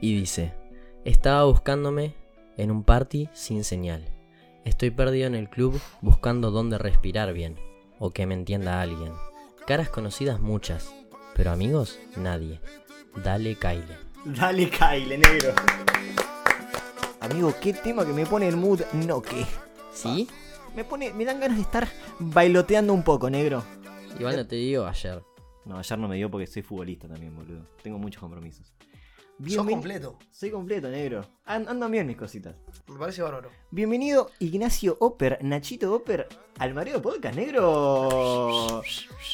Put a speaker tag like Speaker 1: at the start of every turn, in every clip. Speaker 1: y dice, estaba buscándome en un party sin señal. Estoy perdido en el club buscando dónde respirar bien o que me entienda alguien. Caras conocidas muchas, pero amigos nadie. Dale Kyle.
Speaker 2: Dale, Kyle, negro.
Speaker 3: Amigo, qué tema que me pone el mood no que.
Speaker 1: ¿Sí?
Speaker 3: Me pone, me dan ganas de estar bailoteando un poco, negro.
Speaker 1: Igual no te digo ayer.
Speaker 3: No, ayer no me dio porque soy futbolista también, boludo. Tengo muchos compromisos.
Speaker 4: Sos
Speaker 3: Bienveni-
Speaker 4: completo.
Speaker 3: Soy completo, negro. An- andan bien mis cositas.
Speaker 4: Me parece bárbaro.
Speaker 3: Bienvenido Ignacio Oper, Nachito Oper, al Mareo Podcast, negro.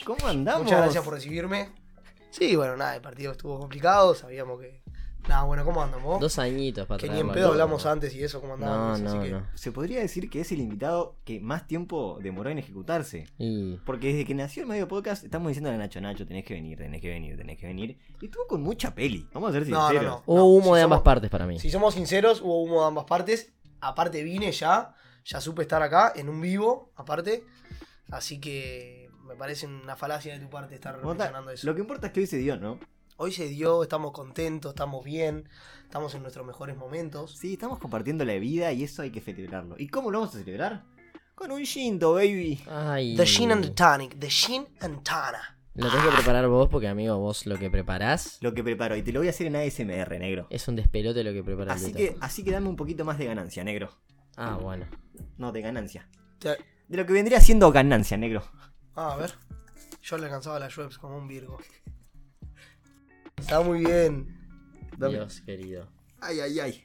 Speaker 3: ¿Cómo andamos?
Speaker 4: Muchas gracias por recibirme. Sí, bueno, nada, el partido estuvo complicado, sabíamos que. Nada, bueno, ¿cómo andamos? vos?
Speaker 1: Dos añitos para
Speaker 4: Que ni
Speaker 1: traerlo
Speaker 4: en
Speaker 1: al
Speaker 4: pedo
Speaker 1: mundo.
Speaker 4: hablamos antes y eso, ¿cómo
Speaker 1: No,
Speaker 4: andábamos?
Speaker 1: no,
Speaker 4: así que...
Speaker 1: no.
Speaker 3: Se podría decir que es el invitado que más tiempo demoró en ejecutarse.
Speaker 1: Y
Speaker 3: Porque desde que nació el medio podcast estamos diciendo a Nacho, Nacho, tenés que venir, tenés que venir, tenés que venir. Y estuvo con mucha peli. Vamos a ser
Speaker 4: No,
Speaker 3: sinceros.
Speaker 4: no, no.
Speaker 1: hubo
Speaker 4: No,
Speaker 1: humo
Speaker 4: si
Speaker 1: de ambas
Speaker 4: somos-
Speaker 1: partes para mí.
Speaker 4: Si somos sinceros, hubo humo de ambas partes. Aparte vine ya, ya supe estar acá, en un vivo, aparte. Así que me parece una falacia de tu parte estar
Speaker 3: Vos ta-
Speaker 4: mencionando eso.
Speaker 3: Lo que importa es que hoy se dio, ¿no?
Speaker 4: Hoy se dio, estamos contentos, estamos bien, estamos en nuestros mejores momentos.
Speaker 3: Sí, estamos compartiendo la vida y eso hay que celebrarlo. ¿Y cómo lo vamos a celebrar? Con un shinto, baby.
Speaker 1: Ay.
Speaker 4: The Shin and the Tonic, The Shin and Tana.
Speaker 1: Lo tenés que preparar vos porque, amigo, vos lo que preparás
Speaker 3: Lo que preparo, y te lo voy a hacer en ASMR, negro.
Speaker 1: es un despelote lo que prepara el
Speaker 3: Así
Speaker 1: Tito.
Speaker 3: que, así que dame un poquito más de ganancia, negro.
Speaker 1: Ah, bueno.
Speaker 3: No, de ganancia.
Speaker 4: Te-
Speaker 3: De lo que vendría siendo ganancia, negro.
Speaker 4: Ah, a ver. Yo le alcanzaba a la Schweppes como un Virgo. Está muy bien. Dame.
Speaker 1: Dios querido.
Speaker 3: Ay, ay, ay.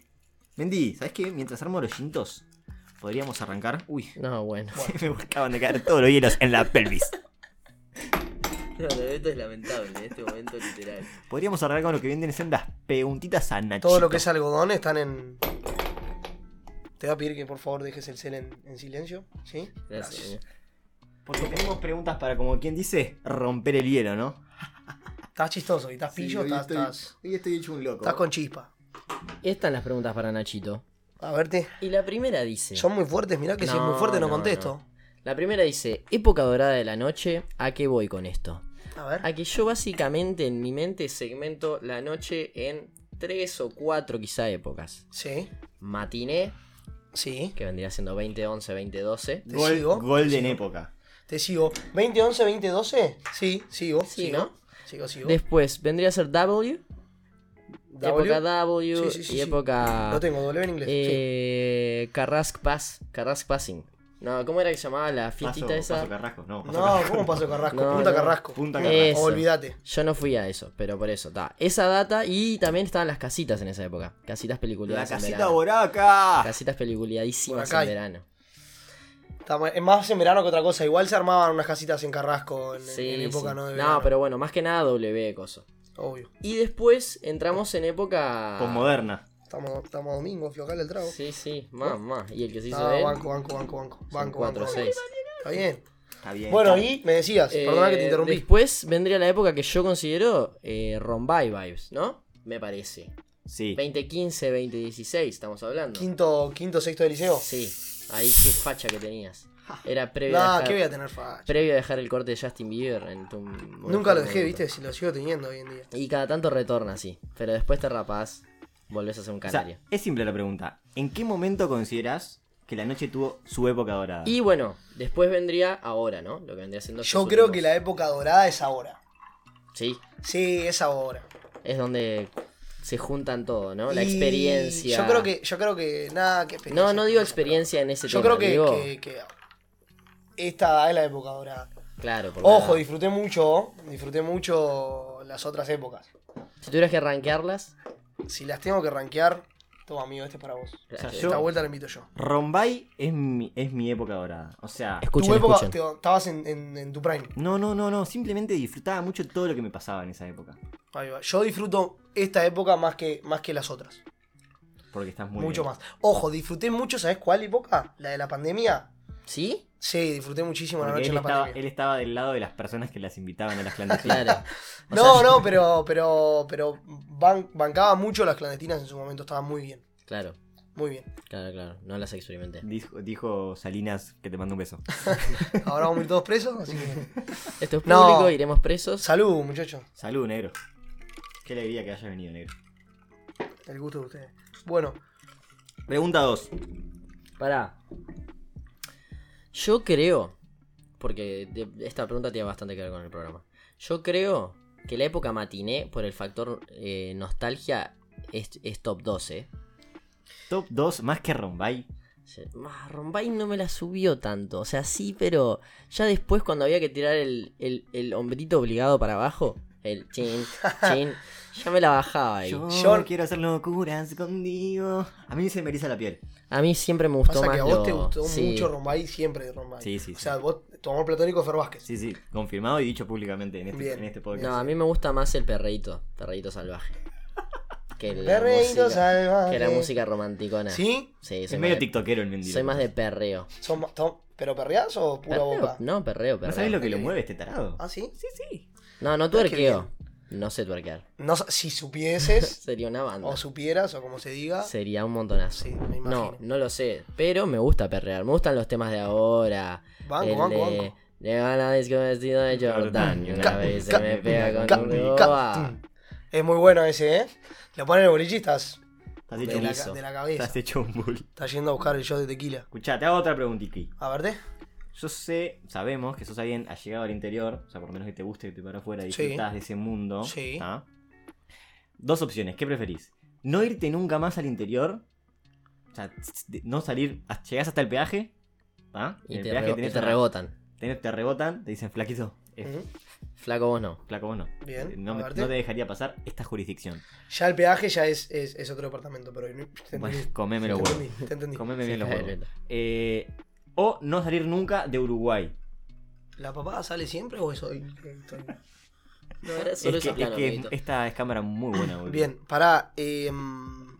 Speaker 3: Mendy, ¿sabes qué? Mientras armo los shintos, podríamos arrancar. Uy,
Speaker 1: No, bueno.
Speaker 3: me buscaban de caer todos los hielos en la pelvis.
Speaker 5: esto es lamentable en este momento, literal.
Speaker 3: Podríamos arrancar con lo que vienen siendo las preguntitas a Nachito.
Speaker 4: Todo lo que es algodón están en. Te voy a pedir que por favor dejes el cel en, en silencio. ¿Sí?
Speaker 1: Gracias.
Speaker 3: Porque tenemos preguntas para, como quien dice, romper el hielo, ¿no?
Speaker 4: Estás chistoso y estás pillo,
Speaker 3: hoy,
Speaker 4: estás,
Speaker 3: estoy,
Speaker 4: estás,
Speaker 3: hoy estoy hecho un loco.
Speaker 4: estás con chispa.
Speaker 1: Y Estas las preguntas para Nachito.
Speaker 4: A verte.
Speaker 1: Y la primera dice.
Speaker 4: Son muy fuertes, mirá que si es
Speaker 1: No,
Speaker 4: muy fuerte no,
Speaker 1: no,
Speaker 4: contesto.
Speaker 1: La primera dice, época dorada de la noche, ¿a qué voy con esto?
Speaker 4: A ver.
Speaker 1: A que yo básicamente en mi mente segmento la noche en tres o cuatro quizá épocas.
Speaker 4: Sí,
Speaker 1: Matiné,
Speaker 4: sí.
Speaker 1: que vendría siendo 20, 11, 20, 12.
Speaker 4: Te
Speaker 3: Gol-
Speaker 4: sigo.
Speaker 3: golden época.
Speaker 4: Te sigo. ¿20, 11, 20, 12? Sí, sigo.
Speaker 1: Sí,
Speaker 4: sigo.
Speaker 1: ¿no?
Speaker 4: Sigo, sigo.
Speaker 1: Después vendría a ser W,
Speaker 4: W.
Speaker 1: época W
Speaker 4: Sí, sí, sí,
Speaker 1: y
Speaker 4: sí.
Speaker 1: época...
Speaker 4: Lo tengo, W en inglés. sí.
Speaker 1: eh, Carrasque Pass, Carrasque Passing. No, ¿cómo era que se llamaba la fiestita
Speaker 3: Paso,
Speaker 1: esa?
Speaker 3: paso Carrasco, no. paso
Speaker 4: No,
Speaker 3: Carrasco.
Speaker 4: ¿cómo pasó Carrasco?
Speaker 1: No,
Speaker 4: Punta
Speaker 1: no.
Speaker 4: Carrasco.
Speaker 3: Punta
Speaker 1: Eso.
Speaker 4: Olvídate.
Speaker 1: Yo no fui a eso, pero por eso, ta. Esa data y también estaban las casitas en esa época. Casitas
Speaker 3: La
Speaker 1: peliculeadas. en
Speaker 3: casita
Speaker 1: verano.
Speaker 3: boraca.
Speaker 1: Casitas peliculiadísimas en
Speaker 4: Boracay.
Speaker 1: verano.
Speaker 4: Estamos- Es más en verano que otra cosa. Igual se armaban unas casitas en Carrasco en,
Speaker 1: Sí,
Speaker 4: en época
Speaker 1: sí.
Speaker 4: no de verano.
Speaker 1: No, pero bueno, más que nada W coso.
Speaker 4: Obvio.
Speaker 1: Y después entramos en época.
Speaker 3: Posmoderna.
Speaker 4: Estamos, estamos domingo, aflojale el trago.
Speaker 1: Sí, sí, mamá. Y el que se hizo
Speaker 4: No,
Speaker 1: él.
Speaker 4: Ah, banco, banco, banco, banco. Banco, banco.
Speaker 1: 4
Speaker 4: banco.
Speaker 1: 6.
Speaker 4: Está bien.
Speaker 3: Está bien.
Speaker 4: Bueno,
Speaker 3: está
Speaker 4: y me decías,
Speaker 1: Eh,
Speaker 4: perdona que te interrumpí.
Speaker 1: Después vendría la época que yo considero eh, Rombay Vibes, ¿no? Me parece.
Speaker 3: Sí.
Speaker 1: 2015, 2016, estamos hablando.
Speaker 4: Quinto, quinto, sexto de liceo.
Speaker 1: Sí, ahí qué facha que tenías. Era previo, a
Speaker 4: Nah,
Speaker 1: dejar,
Speaker 4: que voy a tener facha.
Speaker 1: previo a dejar el corte de Justin Bieber en tu.
Speaker 4: Nunca lo dejé, viste, si lo sigo teniendo hoy en día.
Speaker 1: Y cada tanto retorna así. Pero después te rapás, volvés a ser un
Speaker 3: O sea,
Speaker 1: canario.
Speaker 3: es simple la pregunta. ¿En qué momento consideras que la noche tuvo su época dorada?
Speaker 1: y bueno, después vendría ahora, ¿no? Lo que vendría siendo.
Speaker 4: Yo
Speaker 1: estos
Speaker 4: creo
Speaker 1: últimos-
Speaker 4: que la época dorada es ahora.
Speaker 1: Sí,
Speaker 4: Sí, es ahora.
Speaker 1: es donde se juntan todo, ¿no? La
Speaker 4: Y
Speaker 1: experiencia.
Speaker 4: Yo creo que, yo creo que, nada, que
Speaker 1: No, no digo experiencia en ese
Speaker 4: Yo
Speaker 1: tema,
Speaker 4: creo que,
Speaker 1: digo-
Speaker 4: que- que esta es la época dorada.
Speaker 1: Claro, por la
Speaker 4: Ojo,
Speaker 1: edad.
Speaker 4: disfruté mucho, disfruté mucho las otras épocas.
Speaker 1: Si tuvieras que rankearlas.
Speaker 4: Si las tengo que rankear, toma amigo, este es para vos.
Speaker 3: sea,
Speaker 1: eh,
Speaker 3: Yo-
Speaker 4: Esta vuelta la invito yo.
Speaker 3: Rombay es mi, es mi época dorada. O sea,
Speaker 1: Escuchen,
Speaker 4: tu época,
Speaker 1: escuchen.
Speaker 4: te- estabas en, en- en tu prime.
Speaker 3: no, no, no, no. Simplemente disfrutaba mucho todo lo que me pasaba en esa época.
Speaker 4: Ahí va. Yo disfruto esta época más que, más que las otras.
Speaker 3: Porque estás muy.
Speaker 4: mucho
Speaker 3: bien.
Speaker 4: más. Ojo, disfruté mucho, ¿sabes cuál época? La de la pandemia.
Speaker 1: ¿Sí?
Speaker 4: Sí, disfruté muchísimo la
Speaker 3: Porque él,
Speaker 4: noche en la
Speaker 3: estaba,
Speaker 4: pandemia.
Speaker 3: él estaba del lado de las personas que las invitaban a las clandestinas.
Speaker 1: Claro. O
Speaker 4: No,
Speaker 1: sea,
Speaker 4: no, pero, pero, pero ban- bancaba mucho las clandestinas en su momento, estaba muy bien.
Speaker 1: Claro,
Speaker 4: Muy bien.
Speaker 1: claro, claro. No las experimenté.
Speaker 3: Dijo, dijo Salinas que te mando un beso.
Speaker 4: Ahora vamos a ir todos presos, así que.
Speaker 1: Esto es
Speaker 4: No.
Speaker 1: público, iremos presos.
Speaker 4: Salud, muchachos.
Speaker 3: Salud, negro. Qué alegría que haya venido, negro.
Speaker 4: El gusto de ustedes. Bueno,
Speaker 3: Pregunta 2.
Speaker 1: Pará. Yo creo, porque de- esta pregunta tiene bastante que ver con el programa. Yo creo que la época matiné, por el factor eh, nostalgia, es, es top 12.
Speaker 3: Top 2 más que Rombay.
Speaker 1: Más, "Ah, Rombay no me la subió tanto. O sea, sí, pero ya después cuando había que tirar el, el, el hombrito obligado para abajo, el chin, chin, ya me la bajaba ahí.
Speaker 3: Yo
Speaker 4: Yo-
Speaker 3: quiero hacer locuras contigo. A mí se me eriza la piel.
Speaker 1: A mí siempre me gustó
Speaker 4: pasa
Speaker 1: más
Speaker 4: que a vos
Speaker 1: lo-
Speaker 4: te gustó
Speaker 1: sí.
Speaker 4: mucho Rombay, siempre de Rombay.
Speaker 3: Sí, sí,
Speaker 4: O sea, vos, tu amor platónico es Fer Vázquez.
Speaker 3: Sí, sí, confirmado y dicho públicamente en este,
Speaker 4: Bien,
Speaker 3: en este podcast.
Speaker 1: No, a mí me gusta más el perreíto, perreíto salvaje. Que la
Speaker 4: Perreíto
Speaker 1: música,
Speaker 4: salvaje.
Speaker 1: Que la música romanticona.
Speaker 4: ¿Sí,
Speaker 1: Sí, soy
Speaker 3: Es
Speaker 1: más,
Speaker 3: medio
Speaker 1: de,
Speaker 3: tiktokero el mendigo.
Speaker 1: soy más de perreo.
Speaker 4: son, ma- son- pero perreás o pura
Speaker 1: Perreo,
Speaker 4: boca.
Speaker 1: No, perreo,
Speaker 3: ¿No
Speaker 1: perreo.
Speaker 3: sabés lo que lo mueve este tarado?
Speaker 4: Ah, sí.
Speaker 3: Sí, sí.
Speaker 1: No, no
Speaker 4: Pero es que
Speaker 1: tuerqueo. No sé tuerquear.
Speaker 4: No, sa- si supieses
Speaker 1: Sería una banda.
Speaker 4: o supieras o como se diga.
Speaker 1: Sería un montonazo.
Speaker 4: Sí, me imagino.
Speaker 1: no, no lo sé. Pero me gusta perrear. Me gustan los temas de ahora.
Speaker 4: Banco,
Speaker 1: el
Speaker 4: banco,
Speaker 1: de...
Speaker 4: banco.
Speaker 1: Le van a disco vestido de Jordan.
Speaker 3: Jordan,
Speaker 1: y Una
Speaker 3: ca-
Speaker 1: vez se
Speaker 4: ca-
Speaker 1: me pega
Speaker 4: ca-
Speaker 1: con un Ah,
Speaker 4: ca-
Speaker 1: boa.
Speaker 4: Es muy bueno ese, ¿eh? Lo ponen los bolichistas
Speaker 3: Estás
Speaker 4: de
Speaker 3: hecho un
Speaker 4: la,
Speaker 1: liso.
Speaker 4: ca- de la cabeza.
Speaker 3: Estás hecho un bull.
Speaker 4: Está yendo a buscar el shot de tequila.
Speaker 3: Escuchá, te hago otra preguntita.
Speaker 4: A ¿eh? verte.
Speaker 3: Yo sé, sabemos que sos alguien ha llegado al interior, o sea, por lo menos que te guste que te para afuera,
Speaker 4: Sí.
Speaker 3: disfrutás de ese mundo.
Speaker 4: Sí.
Speaker 3: ¿tá? Dos opciones, ¿qué preferís? ¿No irte nunca más al interior? O sea, s- de- no salir, a- llegás hasta el peaje, ¿tá? En
Speaker 1: Y
Speaker 3: el
Speaker 1: te,
Speaker 3: peaje
Speaker 1: rebo- y
Speaker 3: tenés
Speaker 1: te
Speaker 3: una-
Speaker 1: rebotan.
Speaker 3: tenés- te rebotan, te dicen, flaquito, eh,
Speaker 4: Ujú.
Speaker 1: Flaco vos no.
Speaker 3: flaco vos no.
Speaker 4: Bien,
Speaker 3: Eh, No,
Speaker 4: a
Speaker 3: me-
Speaker 4: verte.
Speaker 3: no te dejaría pasar esta jurisdicción.
Speaker 4: Ya el peaje ya es, es, es otro departamento, pero no- te
Speaker 3: Bueno,
Speaker 4: entendí.
Speaker 3: comeme
Speaker 4: Te
Speaker 3: los huevos.
Speaker 4: entendí, te entendí.
Speaker 3: Comeme bien los
Speaker 1: Sí,
Speaker 3: huevos. Eh, o no salir nunca de Uruguay.
Speaker 4: ¿La papada sale siempre o es hoy? Estoy-
Speaker 1: No, era
Speaker 3: Es que,
Speaker 1: solo ese
Speaker 3: es
Speaker 1: plano,
Speaker 3: que
Speaker 1: amiguito.
Speaker 3: esta es cámara muy buena, boludo.
Speaker 4: Bien, pará. eh,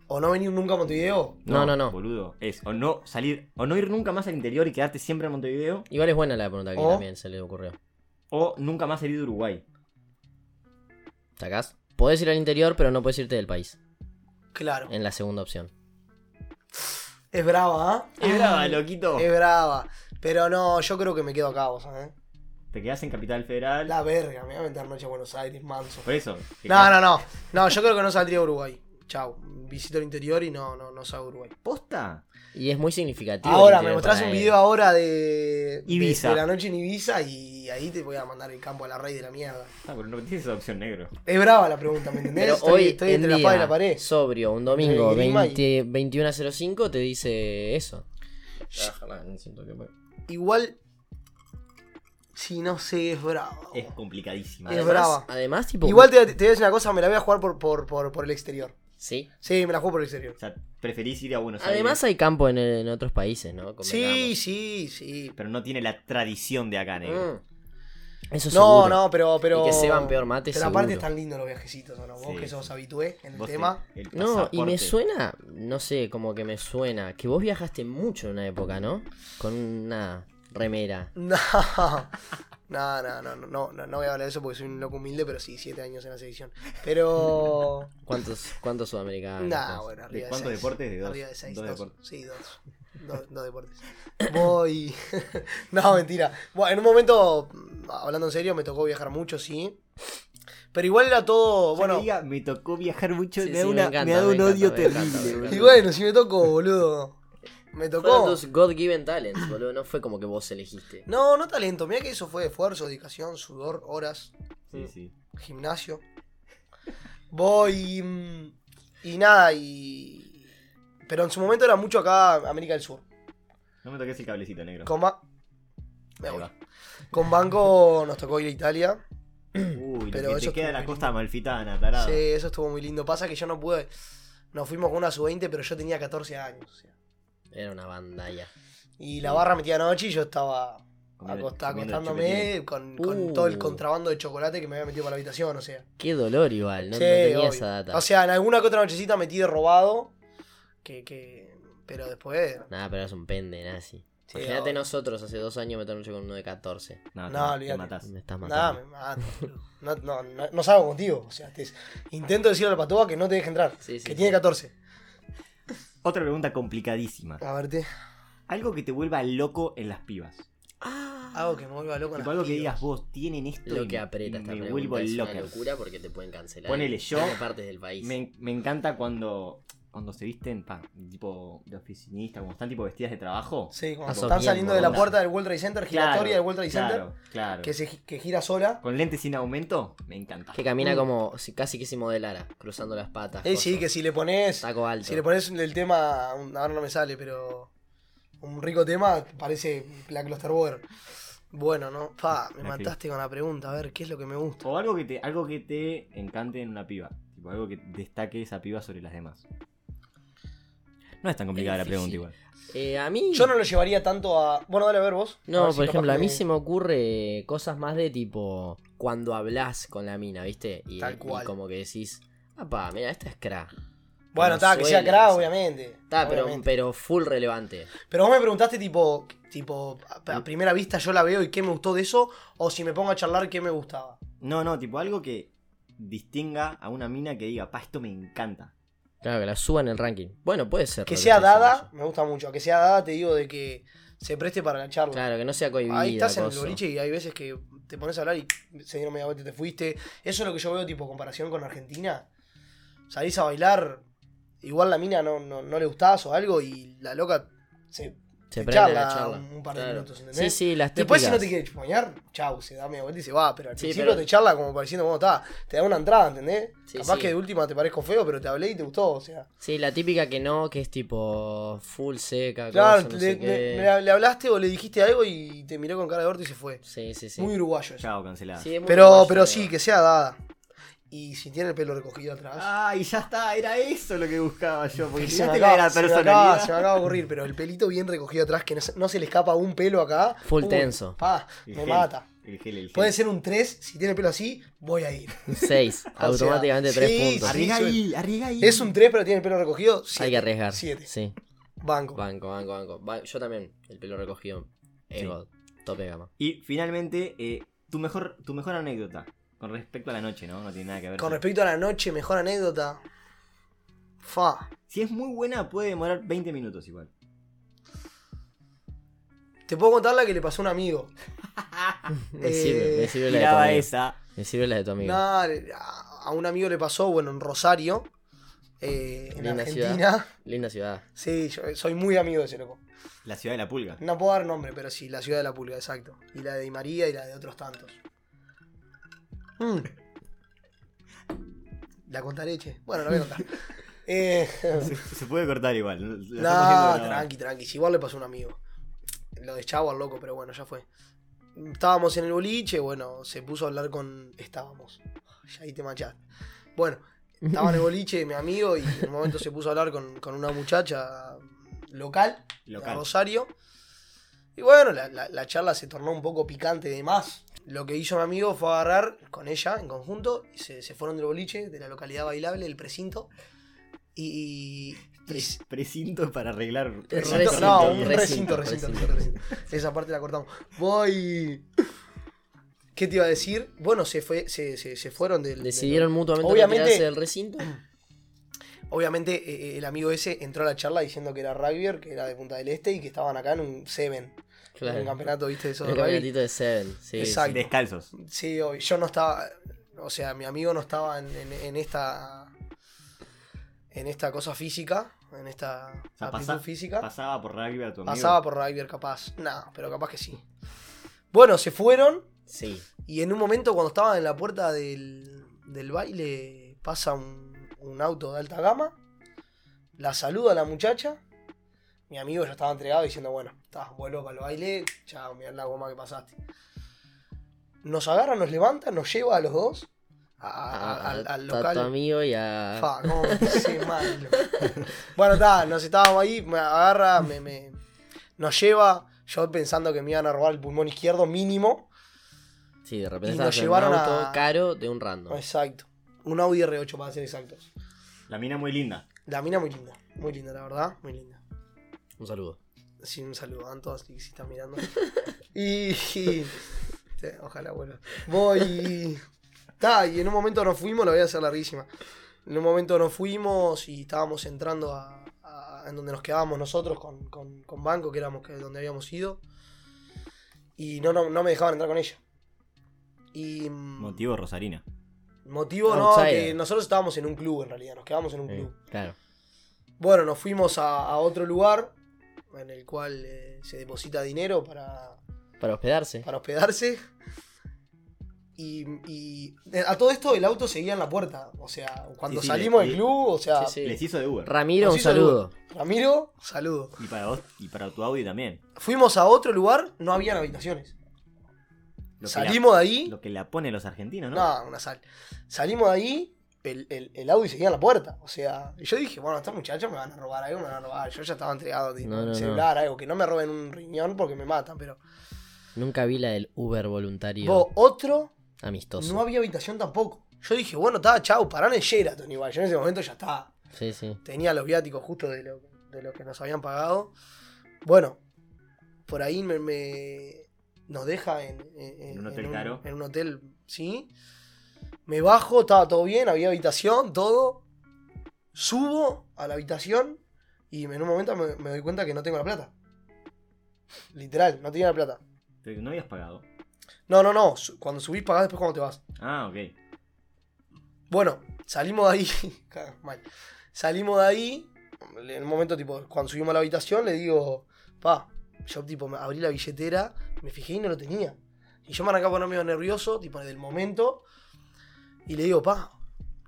Speaker 4: ¿O no venir nunca a Montevideo?
Speaker 1: No, no, no.
Speaker 3: Boludo. Es o no salir, o no ir nunca más al interior y quedarte siempre en Montevideo,
Speaker 1: Igual es buena la pregunta que
Speaker 4: O-
Speaker 1: también se le ocurrió.
Speaker 3: o nunca más salir de Uruguay.
Speaker 1: ¿Sacás? Podés ir al interior, pero no podés irte del país.
Speaker 4: Claro.
Speaker 3: Eh.
Speaker 1: En la segunda opción.
Speaker 4: Es brava, ¿ah?
Speaker 3: Es brava, loquito.
Speaker 4: Es brava. Pero no, yo creo que me quedo acá, vos sabés.
Speaker 3: Te quedás en Capital Federal.
Speaker 4: La verga, me voy a meter noche a Buenos Aires, manso.
Speaker 3: Por eso. te
Speaker 4: No,
Speaker 3: quedás-
Speaker 4: no, no. No, yo creo que no saldría a Uruguay. Chau. Visito el interior y no, no, no salgo a Uruguay.
Speaker 3: ¿Posta?
Speaker 1: Y es muy significativo.
Speaker 4: Ahora,
Speaker 1: el
Speaker 4: me
Speaker 1: interior
Speaker 4: mostrás
Speaker 1: para
Speaker 4: un
Speaker 1: él.
Speaker 4: video ahora de, de-
Speaker 3: Ibiza.
Speaker 4: de la noche en Ibiza y ahí te voy a mandar el campo a la rey de la mierda.
Speaker 3: Ah, pero no tienes esa opción negro.
Speaker 4: Es brava la pregunta, ¿me entendés?
Speaker 1: Pero
Speaker 4: estoy
Speaker 1: hoy
Speaker 4: estoy
Speaker 1: en
Speaker 4: entre la
Speaker 1: día,
Speaker 4: espada y la pared. Eh,
Speaker 1: sobrio, un domingo
Speaker 4: Entre el grima
Speaker 1: 20 21.05 te dice eso. Bájala, siento que-
Speaker 4: Igual, si no sé, es brava.
Speaker 1: Oh.
Speaker 3: Es complicadísimo.
Speaker 4: Es
Speaker 1: Además-
Speaker 4: brava.
Speaker 1: Además, tipo...
Speaker 4: Igual te, te voy a decir una cosa, me la voy a jugar por, por, por, por el exterior.
Speaker 1: Sí.
Speaker 4: Sí, me la juego por el exterior.
Speaker 3: O sea, preferís ir a Buenos
Speaker 1: Además
Speaker 3: Aires.
Speaker 1: hay campo en, en otros países, ¿no?
Speaker 4: Sí,
Speaker 1: Convengamos.
Speaker 4: sí, sí.
Speaker 3: Pero no tiene la tradición de acá, negro.
Speaker 1: Mm. Eso
Speaker 4: No,
Speaker 1: seguro.
Speaker 4: no, pero, pero.
Speaker 1: Y que se van peor mate,
Speaker 4: Pero aparte
Speaker 1: seguro.
Speaker 4: están lindos los viajecitos, ¿o ¿no? Vos
Speaker 3: Sí,
Speaker 4: que sos
Speaker 3: sí.
Speaker 4: habitué en el
Speaker 3: Vos te-
Speaker 4: tema.
Speaker 3: el
Speaker 1: No, y me
Speaker 3: pasaporte.
Speaker 1: suena, no sé, como que me suena, que vos viajaste mucho en una época, ¿no? Con una remera.
Speaker 4: No. No, no, no, no, no, no, no voy a hablar de eso porque soy un loco humilde, pero sí, siete años en la selección. Pero.
Speaker 1: ¿Cuántos, cuántos sudamericanos?
Speaker 4: Nah, bueno, arriba
Speaker 3: Ah, ¿De cuántos
Speaker 4: seis.
Speaker 3: deportes? De dos.
Speaker 4: Arriba de seis,
Speaker 3: Dos
Speaker 4: dos.
Speaker 3: deportes.
Speaker 4: Sí, dos. Dos, dos deportes. Voy. no, mentira. Bueno, en un momento, hablando en serio, me tocó viajar mucho, sí. Pero igual era todo.
Speaker 3: Ya que
Speaker 4: Bueno.
Speaker 3: diga, me tocó viajar mucho,
Speaker 1: Sí,
Speaker 3: me, da
Speaker 1: sí, me
Speaker 3: una- me
Speaker 1: encanta,
Speaker 3: da
Speaker 1: me
Speaker 3: un
Speaker 1: encanta,
Speaker 3: odio
Speaker 1: me encanta, me
Speaker 3: terrible.
Speaker 1: encanta.
Speaker 4: Y
Speaker 3: boludo.
Speaker 4: bueno, si me tocó, boludo. Me
Speaker 1: Fueron
Speaker 4: tocó.
Speaker 1: tus God Given Talents, boludo. No fue como que vos elegiste.
Speaker 4: No, no talento. Mira que eso fue esfuerzo, dedicación, sudor, horas,
Speaker 3: Sí, sí.
Speaker 4: gimnasio. Voy y, mm, y nada, y... Pero en su momento era mucho acá América del Sur.
Speaker 3: No me toques el cablecito, negro.
Speaker 4: Con, ba- me
Speaker 3: Ahí
Speaker 4: voy.
Speaker 3: va.
Speaker 4: Con Banco nos tocó ir a Italia.
Speaker 3: Uy,
Speaker 4: Pero
Speaker 3: lo que
Speaker 4: eso
Speaker 3: te queda de
Speaker 4: estuvo
Speaker 3: la
Speaker 4: muy
Speaker 3: costa amalfitana, tarado.
Speaker 4: Sí, eso estuvo muy lindo. Pasa que yo no pude... Nos fuimos con una sub-20, pero yo tenía 14 años. o sea.
Speaker 1: Era una banda ya.
Speaker 4: Y la barra metía anoche y yo estaba
Speaker 3: Comiendo-
Speaker 4: acosta-
Speaker 3: comiendo
Speaker 4: acostándome con, con
Speaker 1: Uh.
Speaker 4: todo el contrabando de chocolate que me había metido para la habitación, o sea.
Speaker 1: Qué dolor igual, no,
Speaker 4: Sí,
Speaker 1: no tenía
Speaker 4: obvio.
Speaker 1: esa data.
Speaker 4: O sea, en alguna que otra nochecita metí de robado. Que, que... Pero después.
Speaker 1: Nada, pero es un pende, nazi.
Speaker 4: Sí,
Speaker 1: Imagínate
Speaker 4: obvio.
Speaker 1: nosotros hace dos años meternos con uno de 14.
Speaker 3: No,
Speaker 4: No,
Speaker 3: te,
Speaker 4: olvídate.
Speaker 3: te matás.
Speaker 1: Me estás
Speaker 4: Nada,
Speaker 1: matando.
Speaker 4: me mato. No, no, no, no sabe motivo. O sea, te- intento decirle a la patúa que no te deje entrar.
Speaker 1: Sí, sí,
Speaker 4: que
Speaker 1: sí.
Speaker 4: tiene 14.
Speaker 3: Otra pregunta complicadísima.
Speaker 4: A verte.
Speaker 3: Algo que te vuelva loco en las pibas.
Speaker 4: Algo que me vuelva loco. en
Speaker 3: Tipo, algo que
Speaker 4: las
Speaker 3: digas vos, tienen esto.
Speaker 1: Ah, Lo
Speaker 3: y
Speaker 1: que aprieta esta
Speaker 3: Me
Speaker 1: pregunta
Speaker 3: vuelvo
Speaker 1: es
Speaker 3: loca.
Speaker 1: una locura porque te pueden cancelar.
Speaker 3: Ponele,
Speaker 1: en
Speaker 3: yo-
Speaker 1: todas partes del país.
Speaker 3: Me, me encanta cuando, cuando se visten, pa, tipo de oficinista, como están tipo vestidas de trabajo.
Speaker 4: Sí, cuando
Speaker 1: Paso
Speaker 4: están
Speaker 1: bien,
Speaker 4: saliendo de la
Speaker 1: boludo.
Speaker 4: puerta del World Trade Center, giratoria del World Trade Center,
Speaker 3: Claro, claro.
Speaker 4: que, se, gi- que gira sola.
Speaker 3: Con lentes sin aumento, me encanta.
Speaker 1: Que camina
Speaker 4: Mm.
Speaker 1: como si casi que se modelara, cruzando las patas.
Speaker 4: Eh, sí,
Speaker 1: coso.
Speaker 4: que si le pones.
Speaker 1: Taco alto.
Speaker 4: Si le pones el tema. un- Ahora no me sale, pero. Un rico tema, parece la Clusterboard. Bueno, ¿no? Fa, me
Speaker 3: La
Speaker 4: mataste con la pregunta. A ver, ¿qué es lo que me gusta?
Speaker 3: O algo que te, algo que te encante en una piba. Tipo, algo que destaque esa piba sobre las demás. No es tan complicada la
Speaker 1: Es
Speaker 3: pregunta
Speaker 1: difícil.
Speaker 3: igual.
Speaker 1: Eh, a mí.
Speaker 4: Yo no lo llevaría tanto a. Bueno, dale a ver vos. A
Speaker 1: No,
Speaker 4: ver si
Speaker 1: por
Speaker 4: capaz
Speaker 1: ejemplo, a
Speaker 4: que
Speaker 1: mí
Speaker 4: me-
Speaker 1: se me ocurre cosas más de tipo cuando hablas con la mina, ¿viste? Y,
Speaker 4: Tal
Speaker 1: y
Speaker 4: cual.
Speaker 1: como que decís, apá, mira, esta es cra.
Speaker 4: Bueno,
Speaker 1: me
Speaker 4: está, que sea
Speaker 1: suele, o
Speaker 4: cra,
Speaker 1: sea.
Speaker 4: obviamente.
Speaker 1: Está, pero,
Speaker 4: obviamente.
Speaker 1: pero full relevante.
Speaker 4: Pero vos me preguntaste, tipo. Tipo, a a primera vista yo la veo y qué me gustó de eso, o si me pongo a charlar, qué me gustaba.
Speaker 3: No, no, tipo algo que distinga a una mina que diga, pa, esto me encanta.
Speaker 1: Claro, que la suba en el ranking. Bueno, puede ser.
Speaker 4: Que
Speaker 1: lo
Speaker 4: sea
Speaker 1: estoy diciendo
Speaker 4: dada,
Speaker 1: yo.
Speaker 4: me gusta mucho. Que sea dada, te digo, de que se preste para la charla.
Speaker 1: Claro, que no sea cohibida.
Speaker 4: Ahí estás en el
Speaker 1: coso.
Speaker 4: boliche y hay veces que te pones a hablar y se dieron media vuelta y te fuiste. Eso es lo que yo veo, tipo, comparación con Argentina. Salís a bailar, igual la mina no, no, no le gustás o algo y la loca se,
Speaker 1: Se
Speaker 4: te
Speaker 1: prende
Speaker 4: charla,
Speaker 1: la charla.
Speaker 4: un par de
Speaker 1: Claro.
Speaker 4: minutos,
Speaker 1: Sí,
Speaker 4: ¿entendés?
Speaker 1: sí, las
Speaker 4: Después si no
Speaker 1: típicas.
Speaker 4: te quiere chuponear, chau, se da media vuelta y se va. Pero al
Speaker 1: Sí,
Speaker 4: principio
Speaker 1: pero-
Speaker 4: te charla como pareciendo, bueno, está, te da una entrada, ¿entendés?
Speaker 1: Sí,
Speaker 4: Capaz
Speaker 1: sí.
Speaker 4: que de última te parezco feo, pero te hablé y te gustó, o sea.
Speaker 1: Sí, la típica que no, que es tipo full seca.
Speaker 4: Claro,
Speaker 1: coso, no
Speaker 4: le,
Speaker 1: sé qué.
Speaker 4: le- le hablaste o le dijiste algo y te miró con cara de orto y se fue.
Speaker 1: Sí, sí, sí.
Speaker 4: Muy uruguayo eso.
Speaker 3: Chao, cancelada.
Speaker 1: Sí, es muy
Speaker 4: Pero,
Speaker 1: uruguayo,
Speaker 4: pero sí, que sea dada. Y si tiene el pelo recogido atrás.
Speaker 3: Ay, ya está, era eso lo que buscaba yo. Porque
Speaker 4: se, me
Speaker 3: tiraste la de
Speaker 4: acaba,
Speaker 3: la
Speaker 4: se me acaba-
Speaker 3: personalidad.
Speaker 4: se me acaba de aburrir, pero el pelito bien recogido atrás, que no se, no se le escapa un pelo acá.
Speaker 1: Full
Speaker 4: Uy,
Speaker 1: tenso.
Speaker 4: Pa,
Speaker 3: El
Speaker 4: me
Speaker 3: gel,
Speaker 4: mata.
Speaker 3: El gel, el gel.
Speaker 4: Puede ser un 3, si tiene el pelo así, voy a ir.
Speaker 1: 6. automáticamente 3
Speaker 4: sí,
Speaker 1: puntos.
Speaker 4: sí.
Speaker 3: Arriesga ahí, arriesga ahí.
Speaker 4: Es un 3, pero tiene el pelo recogido,
Speaker 1: Hay que
Speaker 4: siete.
Speaker 1: arriesgar.
Speaker 4: Siete.
Speaker 1: Sí.
Speaker 4: Banco.
Speaker 1: Banco, banco, banco. Ba- Yo también, el pelo recogido. Ego, tope de gama.
Speaker 3: Y finalmente, eh, tu, mejor, tu mejor anécdota con respecto a la noche, ¿no? No tiene nada que ver.
Speaker 4: Con respecto a la noche, mejor anécdota. Fa.
Speaker 3: Si es muy buena, puede demorar 20 minutos igual.
Speaker 4: Te puedo contar la que le pasó a un amigo.
Speaker 1: Me
Speaker 4: Eh,
Speaker 1: sirve, me sirve la de tu
Speaker 3: Miraba
Speaker 1: amigo.
Speaker 3: esa.
Speaker 1: Me sirve la de tu amigo.
Speaker 4: Nada, le- a a un amigo le pasó, bueno, en Rosario, eh, en
Speaker 1: Linda ciudad.
Speaker 4: Argentina.
Speaker 1: Linda ciudad.
Speaker 4: Sí, yo soy muy amigo de ese loco.
Speaker 3: La ciudad de la pulga.
Speaker 4: No puedo dar nombre, pero sí, la ciudad de la pulga, exacto. Y la de Di María y la de otros tantos. Mm. La contaré, che. Bueno, la voy a contar. Eh,
Speaker 3: Se, se puede cortar igual. la estamos
Speaker 4: no,
Speaker 3: haciendo de
Speaker 4: tranqui, tranqui. Si igual le pasó a un amigo. Lo de Chavo al loco, pero bueno, ya fue. Estábamos en el boliche, bueno, se puso a hablar con. Estábamos. Ya ahí te machaste. Bueno, estaba en el boliche mi amigo y en un momento se puso a hablar con, con una muchacha local,
Speaker 3: Local.
Speaker 4: de Rosario. Y bueno, la, la- la charla se tornó un poco picante de más. Lo que hizo mi amigo fue agarrar con ella en conjunto y se, se fueron del boliche, de la localidad bailable, el precinto. Y, y- y
Speaker 3: Pre- precinto para arreglar.
Speaker 4: Recinto,
Speaker 1: Recinto,
Speaker 4: no, un
Speaker 1: recinto,
Speaker 4: recinto, recinto, recinto, recinto. Esa parte la cortamos. Voy. ¿Qué te iba a decir? Bueno, se, fue, se, se- se fueron del. del-
Speaker 1: Decidieron mutuamente
Speaker 4: Obviamente-
Speaker 1: retirarse del recinto.
Speaker 4: Obviamente, eh, eh, el amigo ese entró a la charla diciendo que era rugbyer, que era de Punta del Este y que estaban acá en un Seven. En
Speaker 1: Claro.
Speaker 4: un campeonato, ¿viste? de Esos de
Speaker 1: El
Speaker 4: rugby.
Speaker 1: campeonatito de Seven. Sí,
Speaker 4: Exacto.
Speaker 3: Descalzos.
Speaker 4: Sí, obvio. yo no estaba. O sea, mi amigo no estaba en, en- en esta. En esta cosa física. En esta
Speaker 3: O sea,
Speaker 4: aptitud
Speaker 3: pasa-
Speaker 4: física.
Speaker 3: pasaba por rugby a tu amigo.
Speaker 4: Pasaba por Ryder capaz. Nada, pero capaz que sí. Bueno, se fueron
Speaker 1: sí. Sí.
Speaker 4: y en un momento cuando estaban en la puerta del, del baile pasa un, un auto de alta gama, la saluda a la muchacha, mi amigo ya estaba entregado diciendo, bueno, estás vuelvo para el baile, chao, mirá la goma que pasaste. Nos agarra, nos levanta, nos lleva a los dos a- a- a- al-
Speaker 1: A-
Speaker 4: al
Speaker 1: a- a tu
Speaker 4: local.
Speaker 1: amigo y a.
Speaker 4: Fa, cómo me puse mal, loco. Bueno, está, nos estábamos ahí, me agarra, me, me- nos lleva, yo pensando que me iban a robar el pulmón izquierdo mínimo.
Speaker 1: Sí, de repente
Speaker 4: Y
Speaker 1: estabas
Speaker 4: nos
Speaker 1: en un
Speaker 4: llevaron
Speaker 1: auto
Speaker 4: a- Pues,
Speaker 1: caro de un random.
Speaker 4: Exacto. Un Audi R8 para ser exactos.
Speaker 3: La mina muy linda.
Speaker 4: La mina muy linda, muy linda, la verdad, muy linda.
Speaker 1: Un saludo.
Speaker 4: Sí, un saludo a todos si están mirando. Y. y- te- ojalá vuelva. Voy. Ta, y en un momento nos fuimos, la voy a hacer larguísima. En un momento nos fuimos y estábamos entrando a, a- en donde nos quedábamos nosotros con, con- con Banco, que éramos que- donde habíamos ido. Y no, no, no me dejaban entrar con ella. Y. mm,
Speaker 3: Motivo Rosarina.
Speaker 4: Motivo no,
Speaker 6: Outsider.
Speaker 4: que nosotros estábamos en un club en realidad, nos quedamos en un
Speaker 1: Eh,
Speaker 4: club.
Speaker 6: claro.
Speaker 4: Bueno, nos fuimos a, a otro lugar en el cual eh, se deposita dinero para,
Speaker 6: Para hospedarse.
Speaker 4: para hospedarse. Y, y eh, a todo esto el auto seguía en la puerta. O sea, cuando
Speaker 3: Sí, sí,
Speaker 4: salimos
Speaker 3: le-
Speaker 4: del club, o sea,
Speaker 6: Sí.
Speaker 3: Les hizo de Uber.
Speaker 6: Ramiro,
Speaker 4: Nos
Speaker 6: un
Speaker 4: hizo
Speaker 6: saludo.
Speaker 4: Ramiro, saludo.
Speaker 3: Y para vos, y para tu audio también.
Speaker 4: Fuimos a otro lugar, no habían habitaciones.
Speaker 3: Lo que
Speaker 4: Salimos de
Speaker 3: la-
Speaker 4: ahí.
Speaker 3: lo que la pone los argentinos, ¿no?
Speaker 4: Nada, una sal. Salimos de ahí, el, el, el Audi seguía en la puerta. O sea, y yo dije, bueno, estos muchachos me van a robar algo, me van a robar. Yo ya estaba entregado, tipo,
Speaker 6: No, no,
Speaker 4: el
Speaker 6: no.
Speaker 4: celular, algo, que no me roben un riñón porque me matan, pero.
Speaker 6: Nunca vi la del Uber voluntario
Speaker 4: Vos, otro,
Speaker 6: amistoso.
Speaker 4: no había habitación tampoco. Yo dije, bueno, está, chau, pará en el Sheraton igual. Yo en ese momento ya estaba.
Speaker 6: Sí, sí.
Speaker 4: Tenía los viáticos justo de lo, de lo que nos habían pagado. Bueno, por ahí me, me- nos deja en, en-
Speaker 3: En un hotel caro.
Speaker 4: En un hotel, sí. Me bajo, estaba todo bien, había habitación, todo. Subo a la habitación y en un momento me, me doy cuenta que no tengo la plata. Literal, no tenía la plata.
Speaker 3: Pero no habías pagado.
Speaker 4: No, no, no. su- Cuando subís pagás después cuando te vas.
Speaker 3: Ah, ok.
Speaker 4: Bueno, salimos de ahí. Claro, mal. Salimos de ahí. En un momento, tipo, cuando subimos a la habitación, le digo, pa, yo, tipo, me abrí la billetera, me fijé y no lo tenía. Y yo me arrancaba a poner medio nervioso, tipo, del momento. Y le digo, pa,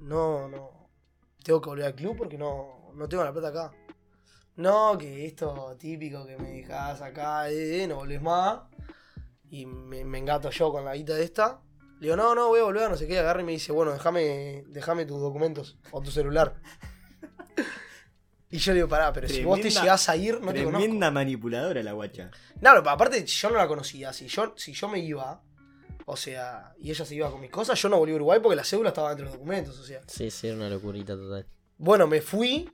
Speaker 4: no, no, tengo que volver al club porque no, no tengo la plata acá. No, que esto típico que me dejás acá, eh, eh, no volvés más. Y me, me engato yo con la guita de esta. Le digo, no, no, voy a volver, no sé qué. Agarra y me dice, bueno, déjame, déjame tus documentos o tu celular. y yo le digo, pará, pero si vos te
Speaker 3: Tremenda-
Speaker 4: llegás a ir, no te conozco.
Speaker 3: Tremenda manipuladora la guacha.
Speaker 4: No, pero aparte yo no la conocía. Si yo, si yo me iba, o sea, y ella se iba con mis cosas, yo no volví a Uruguay porque la cédula estaba dentro de los documentos, o sea.
Speaker 6: Sí, sí, era una locurita total.
Speaker 4: Bueno, me fui,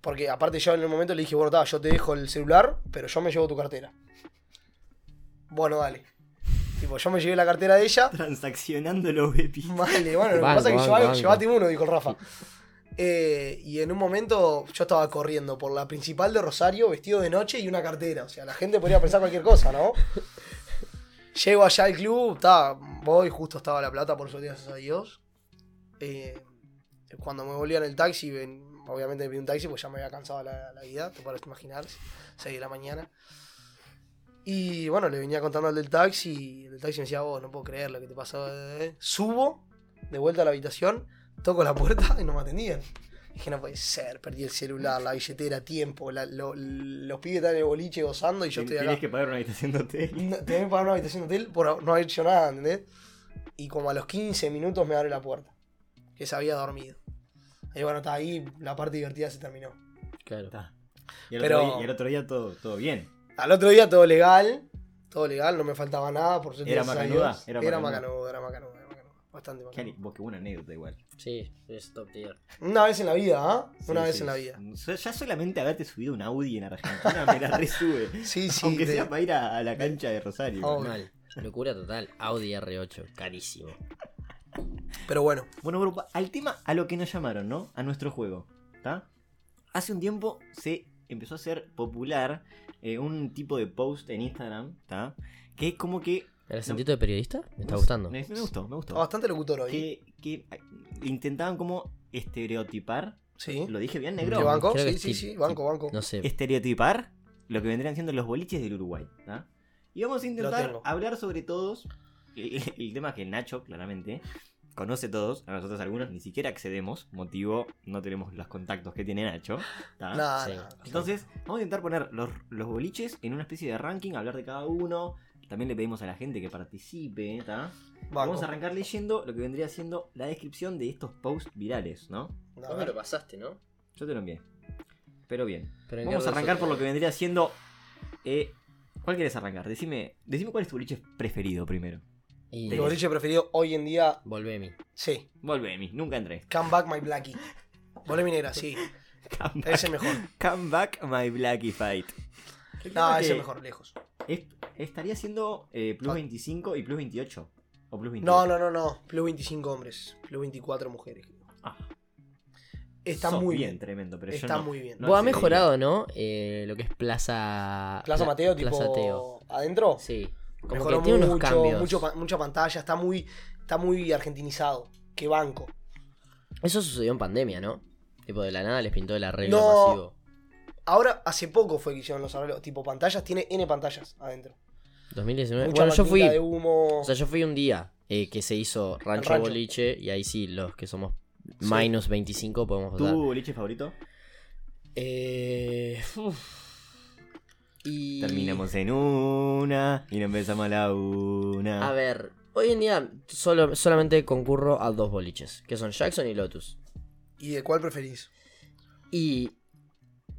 Speaker 4: porque aparte yo en el momento le dije, bueno, ta, yo te dejo el celular, pero yo me llevo tu cartera. Bueno, dale. Tipo, yo me llevé la cartera de ella.
Speaker 3: Transaccionando los bepis.
Speaker 4: Vale, bueno, lo que
Speaker 6: Banco,
Speaker 4: pasa es que
Speaker 6: banco,
Speaker 4: yo algo,
Speaker 6: banco.
Speaker 4: llévate uno, dijo el Rafa. Eh, y en un momento yo estaba corriendo por la principal de Rosario, vestido de noche y una cartera. O sea, la gente podría pensar cualquier cosa, ¿no? Llego allá al club, ta, voy, justo estaba la plata, por suerte, gracias a Dios. Eh, cuando me volví en el taxi, ven- obviamente me pedí un taxi, pues ya me había cansado la, la guía, te podrás imaginar, 6 de la mañana. Y bueno, le venía contando al del taxi, y el del taxi me decía, vos, no puedo creer lo que te pasó. eh". Subo, de vuelta a la habitación, toco la puerta y no me atendían. Dije, no puede ser, perdí el celular, la billetera, tiempo, la- lo- los pibes están en el boliche gozando y yo estoy acá.
Speaker 3: Tienes que pagar una habitación de hotel.
Speaker 4: No, Tenés que pagar una habitación de hotel por no haber hecho nada, ¿entendés? Y como a los 15 minutos me abre la puerta. Que se había dormido. Y bueno, está ahí, la parte divertida se terminó.
Speaker 6: Claro.
Speaker 3: Está. Y el,
Speaker 4: Pero-
Speaker 3: otro día, y el otro día todo, todo bien.
Speaker 4: Al otro día todo legal, todo legal, no me faltaba nada, por suerte.
Speaker 3: ¿Era
Speaker 4: gracias a
Speaker 3: macanuda?
Speaker 4: Dios.
Speaker 3: Era
Speaker 4: Era,
Speaker 3: macanuda.
Speaker 4: macanuda, era macanuda, era macanuda. Bastante
Speaker 3: Qué ali-
Speaker 4: macanuda.
Speaker 3: Vos, qué buena anécdota igual.
Speaker 6: Sí, es top tier.
Speaker 4: Una vez en la vida, ¿ah?
Speaker 3: Sí,
Speaker 4: Una vez
Speaker 3: sí,
Speaker 4: en la
Speaker 3: sí.
Speaker 4: vida.
Speaker 3: So- Ya solamente haberte subido un Audi en Argentina me la resube.
Speaker 4: Sí, sí.
Speaker 3: Aunque
Speaker 4: de-
Speaker 3: sea para ir a, a la cancha de Rosario.
Speaker 4: Oh. Obvio.
Speaker 6: Mal. Locura total. Audi R8, carísimo.
Speaker 4: Pero bueno,
Speaker 3: Bueno, bro, al tema, a lo que nos llamaron, ¿no? A nuestro juego. ¿Está? Hace un tiempo se empezó a hacer popular eh, un tipo de post en Instagram, ¿está? Que es como que.
Speaker 6: ¿El
Speaker 3: No.
Speaker 6: sentito de periodista? Me está
Speaker 3: no sé,
Speaker 6: gustando.
Speaker 3: Me, me gustó, me
Speaker 4: está
Speaker 3: gustó.
Speaker 4: bastante locutor hoy.
Speaker 3: Que, que eh, intentaban como estereotipar.
Speaker 4: Sí.
Speaker 3: Lo dije bien,
Speaker 4: ¿De
Speaker 3: negro.
Speaker 4: banco?
Speaker 6: creo que
Speaker 4: Sí, sí,
Speaker 6: sí.
Speaker 4: sí, banco, banco.
Speaker 6: No sé.
Speaker 3: estereotipar lo que vendrían siendo los boliches del Uruguay. ¿tá? Y vamos a intentar
Speaker 4: tengo.
Speaker 3: hablar sobre todos. El, el tema que Nacho, claramente, conoce todos. A nosotros algunos ni siquiera accedemos. Motivo, no tenemos los contactos que tiene Nacho. ¿tá?
Speaker 4: Nada,
Speaker 6: Sí.
Speaker 4: nada.
Speaker 3: Entonces, vamos a intentar poner los, los boliches en una especie de ranking, hablar de cada uno. También le pedimos a la gente que participe. ¿tá? Vamos
Speaker 4: Banco.
Speaker 3: a arrancar leyendo lo que vendría siendo la descripción de estos posts virales, ¿no?
Speaker 4: Nada, a ver.
Speaker 1: pasaste, ¿no?
Speaker 3: Yo te lo envié. Pero bien.
Speaker 6: Pero en
Speaker 3: Vamos a
Speaker 6: cambio
Speaker 3: arrancar por lo
Speaker 6: nosotros-
Speaker 3: que vendría siendo. eh, ¿Cuál quieres arrancar? Decime, decime cuál es tu boliche preferido primero.
Speaker 6: Y...
Speaker 4: Mi boliche preferido hoy en día,
Speaker 6: Volvemi.
Speaker 4: sí.
Speaker 3: Volve, mi, nunca entré.
Speaker 4: Come back my blackie. Volé mi negra, sí.
Speaker 3: Come back,
Speaker 4: Ese mejor.
Speaker 3: come back my blackie fight. El
Speaker 4: No,
Speaker 3: tema
Speaker 4: ese
Speaker 3: que
Speaker 4: mejor, lejos.
Speaker 3: es- estaría siendo eh, plus
Speaker 4: Ah.
Speaker 3: 25 y plus 28. O plus 28.
Speaker 4: No, no, no, no. Plus 25 hombres. Plus 24 mujeres.
Speaker 3: Ah.
Speaker 4: Está muy bien.
Speaker 3: tremendo, pero yo
Speaker 4: Está
Speaker 3: no-
Speaker 4: muy bien.
Speaker 3: no
Speaker 6: Vos ha
Speaker 3: accedería.
Speaker 6: mejorado, ¿no? Eh, lo que es Plaza.
Speaker 4: Plaza
Speaker 6: Pla-
Speaker 4: Mateo, tipo.
Speaker 6: Plaza Mateo.
Speaker 4: ¿Adentro?
Speaker 6: Sí.
Speaker 1: Como que tiene unos cambios.
Speaker 4: mucho pa- mucha pantalla, está muy, está muy argentinizado. Qué banco.
Speaker 1: Eso sucedió en pandemia, ¿no? Tipo, de la nada les pintó el arreglo
Speaker 4: No.
Speaker 1: masivo.
Speaker 4: Ahora, hace poco fue que hicieron los arreglos. Tipo pantallas, tiene N pantallas adentro.
Speaker 1: 2019.
Speaker 4: Mucha
Speaker 1: Eh, bueno, yo fui.
Speaker 4: maquinita de humo.
Speaker 1: O sea, yo fui un día eh, que se hizo Rancho,
Speaker 4: rancho.
Speaker 1: Boliche y ahí sí, los que somos
Speaker 4: Sí.
Speaker 1: minus 25 podemos votar.
Speaker 3: ¿Tu boliche favorito?
Speaker 1: Eh, uf. y...
Speaker 3: Terminamos en una y no empezamos a la una.
Speaker 1: A ver, hoy en día solo, solamente concurro a dos boliches, que son Jackson y Lotus.
Speaker 4: ¿Y de cuál preferís?
Speaker 1: Y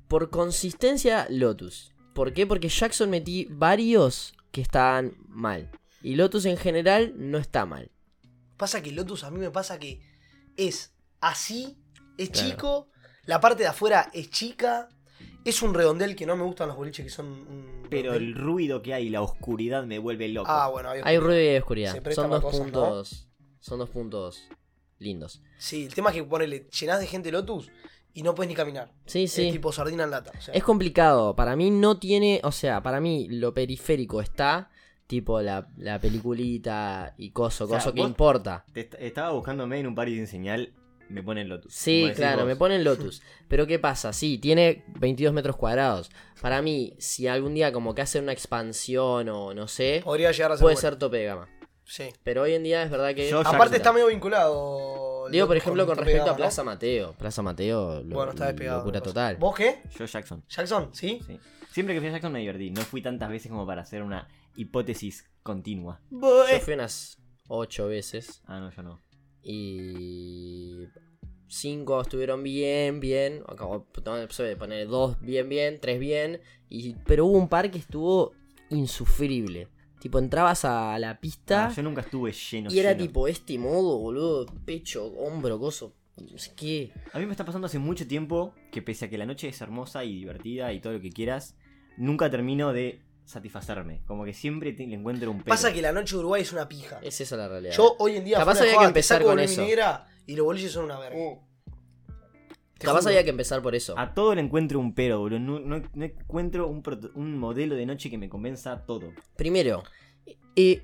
Speaker 1: por consistencia, Lotus. ¿Por qué? Porque Jackson metí varios que estaban mal. Y Lotus en general no está mal.
Speaker 4: Pasa que Lotus a mí me pasa que es así, es
Speaker 1: Claro.
Speaker 4: chico, la parte de afuera es chica, es un redondel que no me gustan los boliches que son un
Speaker 3: Pero
Speaker 4: redondel.
Speaker 3: el ruido que hay y la oscuridad me vuelve loco.
Speaker 4: eh. Ah, bueno, ahí-
Speaker 1: Hay ruido y hay
Speaker 4: Se
Speaker 1: oscuridad.
Speaker 4: presta
Speaker 1: Son
Speaker 4: para
Speaker 1: dos
Speaker 4: cosas, ¿no?
Speaker 1: puntos. Son dos puntos lindos.
Speaker 4: Sí, el tema es que ponele, llenás de gente Lotus y no puedes ni caminar.
Speaker 1: Sí, sí.
Speaker 4: Es tipo sardina en lata. o sea.
Speaker 1: Es complicado. Para mí no tiene. O sea, para mí lo periférico está. Tipo la, la peliculita y coso,
Speaker 3: O sea,
Speaker 1: coso que
Speaker 3: vos-
Speaker 1: importa.
Speaker 3: Te est- estaba buscándome en un party sin señal, me ponen Lotus.
Speaker 1: Sí,
Speaker 3: Como decís
Speaker 1: claro,
Speaker 3: vos.
Speaker 1: me ponen Lotus. Pero ¿qué pasa? Sí, tiene 22 metros cuadrados. Para mí, si algún día como que hacen una expansión o no sé,
Speaker 4: Podría llegar a ser.
Speaker 1: puede
Speaker 4: bueno.
Speaker 1: ser tope de gama.
Speaker 4: Sí.
Speaker 1: Pero hoy en día es verdad que...
Speaker 3: Yo ya-
Speaker 4: Aparte
Speaker 3: Jackson.
Speaker 4: está medio
Speaker 1: Digo,
Speaker 4: vinculado. Lotus
Speaker 1: por ejemplo, con
Speaker 4: Tope
Speaker 1: respecto
Speaker 4: Gama,
Speaker 1: a
Speaker 4: ¿no?
Speaker 1: Plaza Mateo. Plaza Mateo, lo-
Speaker 4: Bueno, está despegado.
Speaker 1: locura
Speaker 4: una cosa.
Speaker 1: total.
Speaker 4: ¿Vos qué?
Speaker 3: Yo Jackson.
Speaker 4: Jackson, ¿sí?
Speaker 3: sí. Siempre que fui a Jackson me divertí. No fui tantas veces como para hacer una hipótesis continua.
Speaker 1: Yo fui unas 8 veces
Speaker 3: Ah, no, yo no.
Speaker 1: y... 5 estuvieron bien, bien. Acabo de poner 2 bien, bien, 3 bien. Y... Pero hubo un par que estuvo insufrible. Tipo, entrabas a la pista...
Speaker 3: Ah, yo nunca estuve lleno.
Speaker 1: Y era
Speaker 3: lleno.
Speaker 1: tipo este modo, boludo, pecho, hombro, coso. No sé qué.
Speaker 3: A mí me está pasando hace mucho tiempo que pese a que la noche es hermosa y divertida y todo lo que quieras, nunca termino de satisfacerme. Como que siempre te- le encuentro un pelo.
Speaker 4: Pasa que la noche de Uruguay es una pija.
Speaker 1: Es esa la realidad.
Speaker 4: Yo hoy en día.
Speaker 1: Capaz
Speaker 4: fuera de
Speaker 1: había que
Speaker 4: joda, te
Speaker 1: empezar
Speaker 4: saco
Speaker 1: con
Speaker 4: Bolivia
Speaker 1: eso.
Speaker 4: Negra y los boliches son una verga. Te
Speaker 1: Capaz
Speaker 4: juro.
Speaker 1: había que empezar por eso.
Speaker 3: A todo le encuentro un pero, boludo. No, no- no encuentro un, proto- un modelo de noche que me convenza todo.
Speaker 1: Primero, eh,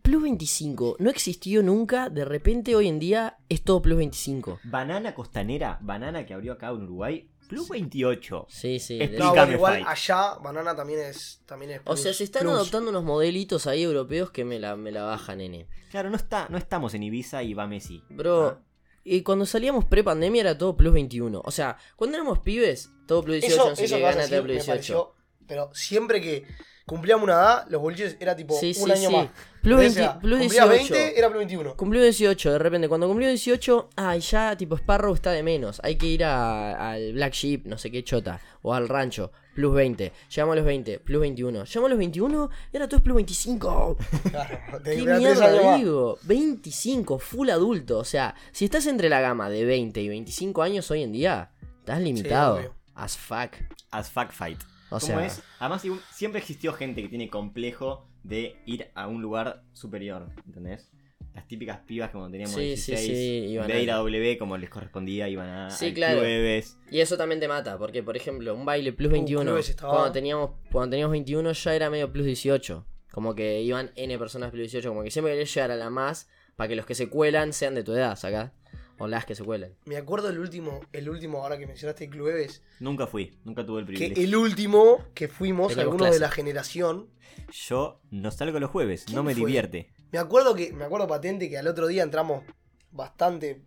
Speaker 1: Plus 25 no existió nunca, de repente hoy en día es todo Plus 25.
Speaker 3: Banana costanera, banana que abrió acá en Uruguay, Plus 28.
Speaker 1: Sí, sí.
Speaker 3: Es
Speaker 1: de-
Speaker 4: No, bueno,
Speaker 3: Explícame,
Speaker 4: igual
Speaker 3: Fight.
Speaker 4: allá Banana también es. También es
Speaker 1: O sea,
Speaker 4: plus,
Speaker 1: se están
Speaker 4: plus.
Speaker 1: adoptando unos modelitos ahí europeos que me la, me la bajan, nene.
Speaker 3: Claro, no está, no estamos en Ibiza y va Messi.
Speaker 1: Bro,
Speaker 3: Ah,
Speaker 1: Y cuando salíamos pre-pandemia era todo plus 21. O sea, cuando éramos pibes, todo plus 18,
Speaker 4: Eso,
Speaker 1: no sé
Speaker 4: eso
Speaker 1: qué,
Speaker 4: que vas a
Speaker 1: gana
Speaker 4: decir
Speaker 1: todo plus
Speaker 4: me
Speaker 1: 18.
Speaker 4: pareció. Pero siempre que cumplíamos una edad, los boliches era tipo
Speaker 1: Sí,
Speaker 4: un
Speaker 1: sí,
Speaker 4: año
Speaker 1: sí.
Speaker 4: más.
Speaker 1: Plus,
Speaker 4: Entonces,
Speaker 1: 20
Speaker 4: era,
Speaker 1: plus
Speaker 4: cumplías
Speaker 1: 18.
Speaker 4: 20, era plus 21.
Speaker 1: Cumplió 18, de repente. Cuando cumplió 18, ay, ya, tipo, Sparrow está de menos. Hay que ir a- al Black Sheep, no sé qué chota. O al rancho, plus 20. Llegamos a los 20, plus 21. Llegamos a los 21, y ahora todo es plus 25.
Speaker 4: Claro,
Speaker 1: ¿Qué
Speaker 4: te- te- te- te- te-
Speaker 1: mierda
Speaker 4: te-
Speaker 1: digo? 25, full adulto. O sea, si estás entre la gama de 20 y 25 años hoy en día, estás limitado.
Speaker 4: obvio.
Speaker 1: As fuck.
Speaker 3: As fuck fight.
Speaker 1: O
Speaker 3: ¿Cómo
Speaker 1: sea,
Speaker 3: es? Además, igual- siempre existió gente que tiene complejo de ir a un lugar superior, ¿entendés? Las típicas pibas que cuando teníamos
Speaker 1: Sí, sí,
Speaker 3: 16,
Speaker 1: sí, iban
Speaker 3: de
Speaker 1: a-
Speaker 3: ir a W como les correspondía, iban a
Speaker 1: Sí,
Speaker 3: al
Speaker 1: claro.
Speaker 3: clubes.
Speaker 1: Y eso también te mata, porque por ejemplo, un baile plus
Speaker 4: Uh,
Speaker 1: 21,
Speaker 4: clubes estaba-
Speaker 1: cuando, teníamos, cuando teníamos 21 ya era medio plus 18. Como que iban N personas plus 18, como que siempre querés llegar a la más para que los que se cuelan sean de tu edad, acá. O las que se cuelan.
Speaker 4: Me acuerdo el último, el último ahora que mencionaste Clueves,
Speaker 3: Nunca fui, nunca tuve el
Speaker 4: que
Speaker 3: privilegio.
Speaker 4: el último que fuimos,
Speaker 1: Teníamos
Speaker 4: algunos de
Speaker 1: clase.
Speaker 4: la generación,
Speaker 3: Yo no salgo los jueves, no
Speaker 4: ¿Quién
Speaker 3: me
Speaker 4: fue?
Speaker 3: divierte.
Speaker 4: Me acuerdo que, me acuerdo patente que al otro día entramos bastante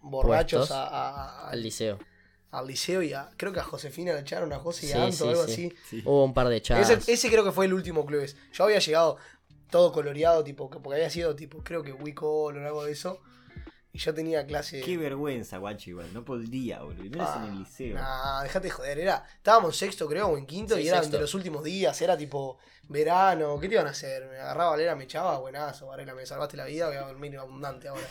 Speaker 4: borrachos a- a- a-
Speaker 1: Al liceo.
Speaker 4: al liceo y a, creo que a Josefina la echaron, a José y
Speaker 1: Sí,
Speaker 4: a Anto,
Speaker 1: sí,
Speaker 4: algo
Speaker 1: sí.
Speaker 4: así.
Speaker 3: Sí.
Speaker 1: Hubo un par de chavas.
Speaker 4: Ese, ese creo que fue el último clubes. Yo había llegado todo coloreado, tipo, que- porque había sido tipo, creo que Wicol o algo de eso. Y yo tenía clase.
Speaker 3: Qué vergüenza, guacho, igual. No podía, boludo. y menos
Speaker 4: Ah,
Speaker 3: en el liceo.
Speaker 4: Nah, dejate de joder, era. Estábamos en sexto, creo, o en quinto,
Speaker 1: Sí,
Speaker 4: y eran
Speaker 1: sexto.
Speaker 4: de los últimos días, era tipo verano, ¿qué te iban a hacer? Me agarraba Valera, me echaba, buenazo, Varela, me salvaste la vida, voy a dormir abundante ahora.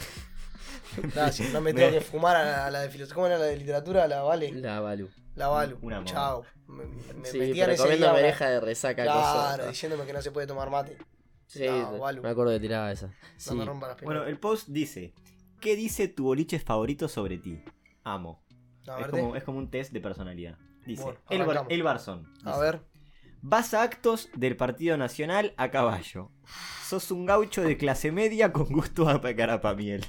Speaker 4: Gracias, no me tengo que fumar a la, a la de filosofía. ¿Cómo era la de literatura? La Vale,
Speaker 1: La Balu.
Speaker 4: la Valu.
Speaker 3: Un amor.
Speaker 4: Chao. Me, me
Speaker 1: sí,
Speaker 4: metían
Speaker 1: pero
Speaker 4: ese día.
Speaker 1: comiendo
Speaker 4: una-
Speaker 1: oreja de resaca.
Speaker 4: Claro,
Speaker 1: cosa.
Speaker 4: diciéndome que no se puede tomar mate.
Speaker 1: Sí,
Speaker 4: No, Balu.
Speaker 1: me acuerdo que tiraba esa.
Speaker 4: No
Speaker 1: Sí.
Speaker 4: me rompa las
Speaker 3: Bueno,
Speaker 4: pelotas.
Speaker 3: el post dice: ¿Qué dice tu boliche favorito sobre ti? Amo.
Speaker 4: a
Speaker 3: Es
Speaker 4: ver,
Speaker 3: como, es como un test de personalidad. Dice:
Speaker 4: Bueno,
Speaker 3: el, bar,
Speaker 4: arrancamos.
Speaker 3: el Barzón.
Speaker 4: a
Speaker 3: dice,
Speaker 4: ver.
Speaker 3: Vas a actos del Partido Nacional a caballo. Sos un gaucho de clase media con gusto a carapamiel.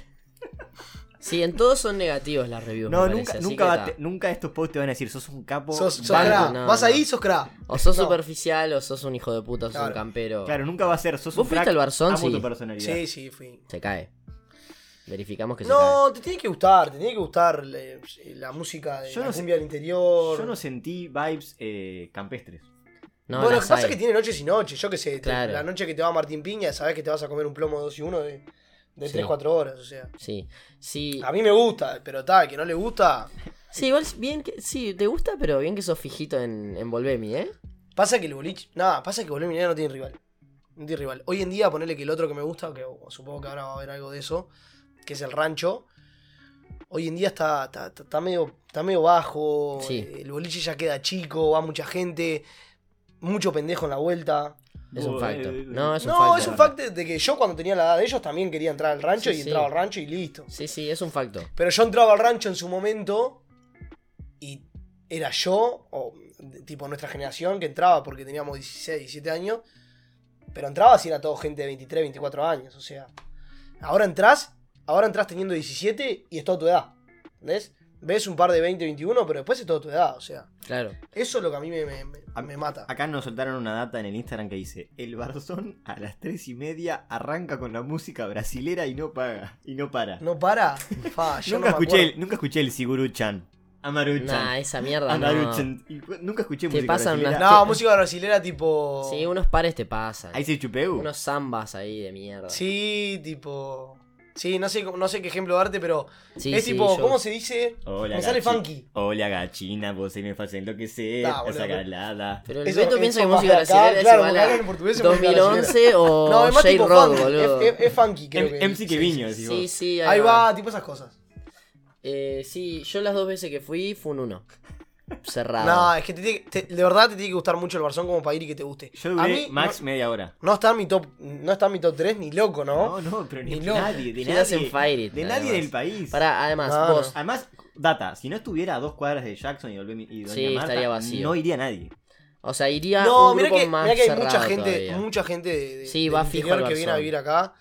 Speaker 1: Sí, en todos son negativos las reviews.
Speaker 3: No,
Speaker 1: me
Speaker 3: nunca,
Speaker 1: parece, así
Speaker 3: nunca,
Speaker 1: que
Speaker 3: va-
Speaker 1: ta.
Speaker 3: te- nunca estos posts te van a decir, sos un capo.
Speaker 4: Sos, sos
Speaker 3: banco".
Speaker 4: cra.
Speaker 1: no,
Speaker 4: Vas
Speaker 1: no.
Speaker 4: ahí, sos cra.
Speaker 1: O sos
Speaker 4: No.
Speaker 1: superficial, o sos un hijo de puta, o sos
Speaker 4: Claro.
Speaker 1: un campero.
Speaker 3: Claro, nunca va a ser, sos
Speaker 1: ¿Vos
Speaker 3: un
Speaker 1: fuiste
Speaker 3: crack,
Speaker 1: al Barzón?
Speaker 3: amo
Speaker 1: Sí.
Speaker 3: tu personalidad.
Speaker 4: Sí, sí, fui.
Speaker 1: Se cae. Verificamos que se
Speaker 4: No, te tiene que gustar, te tiene que gustar eh, la música de
Speaker 3: Yo
Speaker 4: la
Speaker 3: no sé-
Speaker 4: cumbia del interior.
Speaker 3: Yo no sentí vibes eh, campestres.
Speaker 1: cae. No,
Speaker 4: bueno, lo
Speaker 1: las
Speaker 4: que pasa
Speaker 1: hay.
Speaker 4: es que tiene noches y noches. Yo qué sé, te-
Speaker 1: Claro.
Speaker 4: la noche que te va Martín Piña, sabes que te vas a comer un plomo de 2 y 1 de, de
Speaker 1: Sí.
Speaker 4: 3-4 horas. O sea,
Speaker 1: Sí. Sí.
Speaker 4: a mí me gusta, pero tal, que no le gusta.
Speaker 1: Sí, igual bien que. Sí, te gusta, pero bien que sos fijito en, en Volvemi, ¿eh?
Speaker 4: Pasa que el boliche. Nada, pasa que Bolivia no tiene rival. No tiene rival. Hoy en día, ponerle que el otro que me gusta, que supongo que ahora va a haber algo de eso, que es el rancho. Hoy en día está, está, está- está medio, está medio bajo.
Speaker 1: Sí.
Speaker 4: eh, El boliche ya queda chico, va mucha gente. Mucho pendejo en la vuelta.
Speaker 1: Es un
Speaker 3: Uy,
Speaker 1: facto.
Speaker 3: uy, uy.
Speaker 1: No, es un
Speaker 4: no,
Speaker 1: facto.
Speaker 4: es un fact de que yo cuando tenía la edad de ellos también quería entrar al rancho
Speaker 1: Sí,
Speaker 4: y
Speaker 1: sí.
Speaker 4: entraba al rancho y listo.
Speaker 1: Sí, sí, es un facto.
Speaker 4: Pero yo entraba al rancho en su momento y era yo, o de- tipo nuestra generación, que entraba porque teníamos 16, 17 años. Pero entraba si era todo gente de 23, 24 años. O sea, ahora entras, ahora entras teniendo 17 y es toda tu edad. ¿Entendés? Ves un par de 20, 21, pero después es toda tu edad. O sea,
Speaker 1: Claro.
Speaker 4: eso es lo que a mí me, me- me- me mata.
Speaker 3: Acá nos soltaron una data en el Instagram que dice: El Barzón a las 3 y media arranca con la música brasilera y no paga. Y no para.
Speaker 4: ¿No para? Fa, yo no
Speaker 3: nunca,
Speaker 4: me
Speaker 3: escuché
Speaker 4: acuerdo.
Speaker 3: el, nunca escuché el Siguru-chan.
Speaker 1: Nah,
Speaker 3: Amaru-chan.
Speaker 1: esa mierda. No.
Speaker 3: Amaru-chan. Y cu- Nunca escuché
Speaker 1: Te
Speaker 3: música
Speaker 1: pasan
Speaker 3: brasilera.
Speaker 4: No, música brasilera tipo.
Speaker 1: Sí, unos pares te pasan.
Speaker 3: Ahí se chupeu.
Speaker 1: Unos zambas ahí de mierda.
Speaker 4: Sí, tipo. Sí, no sé, cómo- no sé qué ejemplo darte, pero
Speaker 1: Sí,
Speaker 4: es
Speaker 1: sí,
Speaker 4: tipo,
Speaker 1: yo-
Speaker 4: ¿cómo se dice?
Speaker 3: Hola,
Speaker 4: me sale
Speaker 3: gachi-
Speaker 4: funky.
Speaker 3: Hola, gachina, vos se me hace enloquecer.
Speaker 4: Nah, boludo,
Speaker 3: esa
Speaker 4: pero-
Speaker 3: galada.
Speaker 1: Pero el
Speaker 4: Eso-
Speaker 1: Beto
Speaker 4: eso
Speaker 1: piensa que
Speaker 4: más
Speaker 1: música
Speaker 4: de acá,
Speaker 1: brasileña
Speaker 4: claro,
Speaker 1: es
Speaker 4: porque
Speaker 1: igual
Speaker 4: hablan
Speaker 1: a
Speaker 4: en portugués y música
Speaker 1: 2011 o
Speaker 4: no, es más tipo
Speaker 1: J-Rock,
Speaker 4: funky.
Speaker 1: boludo.
Speaker 4: Es, es- es funky, creo que.
Speaker 3: M- MC que viño, decís
Speaker 1: Sí,
Speaker 3: vos.
Speaker 1: sí,
Speaker 4: Ahí va, tipo esas cosas.
Speaker 1: Eh, sí, yo las dos veces que fui fue un 1. Cerrado.
Speaker 4: No, es que te tiene que- te- de verdad te tiene que gustar mucho el Barzón como para ir y que te guste.
Speaker 3: Yo
Speaker 4: a
Speaker 3: duré
Speaker 4: mí
Speaker 3: max media hora.
Speaker 4: no, no está en mi top, no está en mi top 3 ni loco, ¿no?
Speaker 3: No, no, pero ni
Speaker 4: Ni loco.
Speaker 3: nadie, de
Speaker 1: She
Speaker 3: nadie.
Speaker 1: doesn't fight it,
Speaker 3: de
Speaker 1: nada
Speaker 3: nadie
Speaker 1: más.
Speaker 3: del país.
Speaker 1: Para, además,
Speaker 4: No,
Speaker 1: vos.
Speaker 3: Además, data, si no estuviera a dos cuadras de Jackson y, Olvemi- y Doña
Speaker 1: Sí,
Speaker 3: Marta,
Speaker 1: estaría vacío.
Speaker 3: no iría nadie.
Speaker 1: O sea, iría
Speaker 4: no,
Speaker 1: un
Speaker 4: mira
Speaker 1: grupo
Speaker 4: que,
Speaker 1: más
Speaker 4: mirá que hay
Speaker 1: cerrado
Speaker 4: mucha gente,
Speaker 1: todavía.
Speaker 4: mucha gente de, de-
Speaker 1: Sí,
Speaker 4: del
Speaker 1: va fijo
Speaker 4: interior
Speaker 1: al
Speaker 4: que viene a
Speaker 1: Barzón.
Speaker 4: vivir acá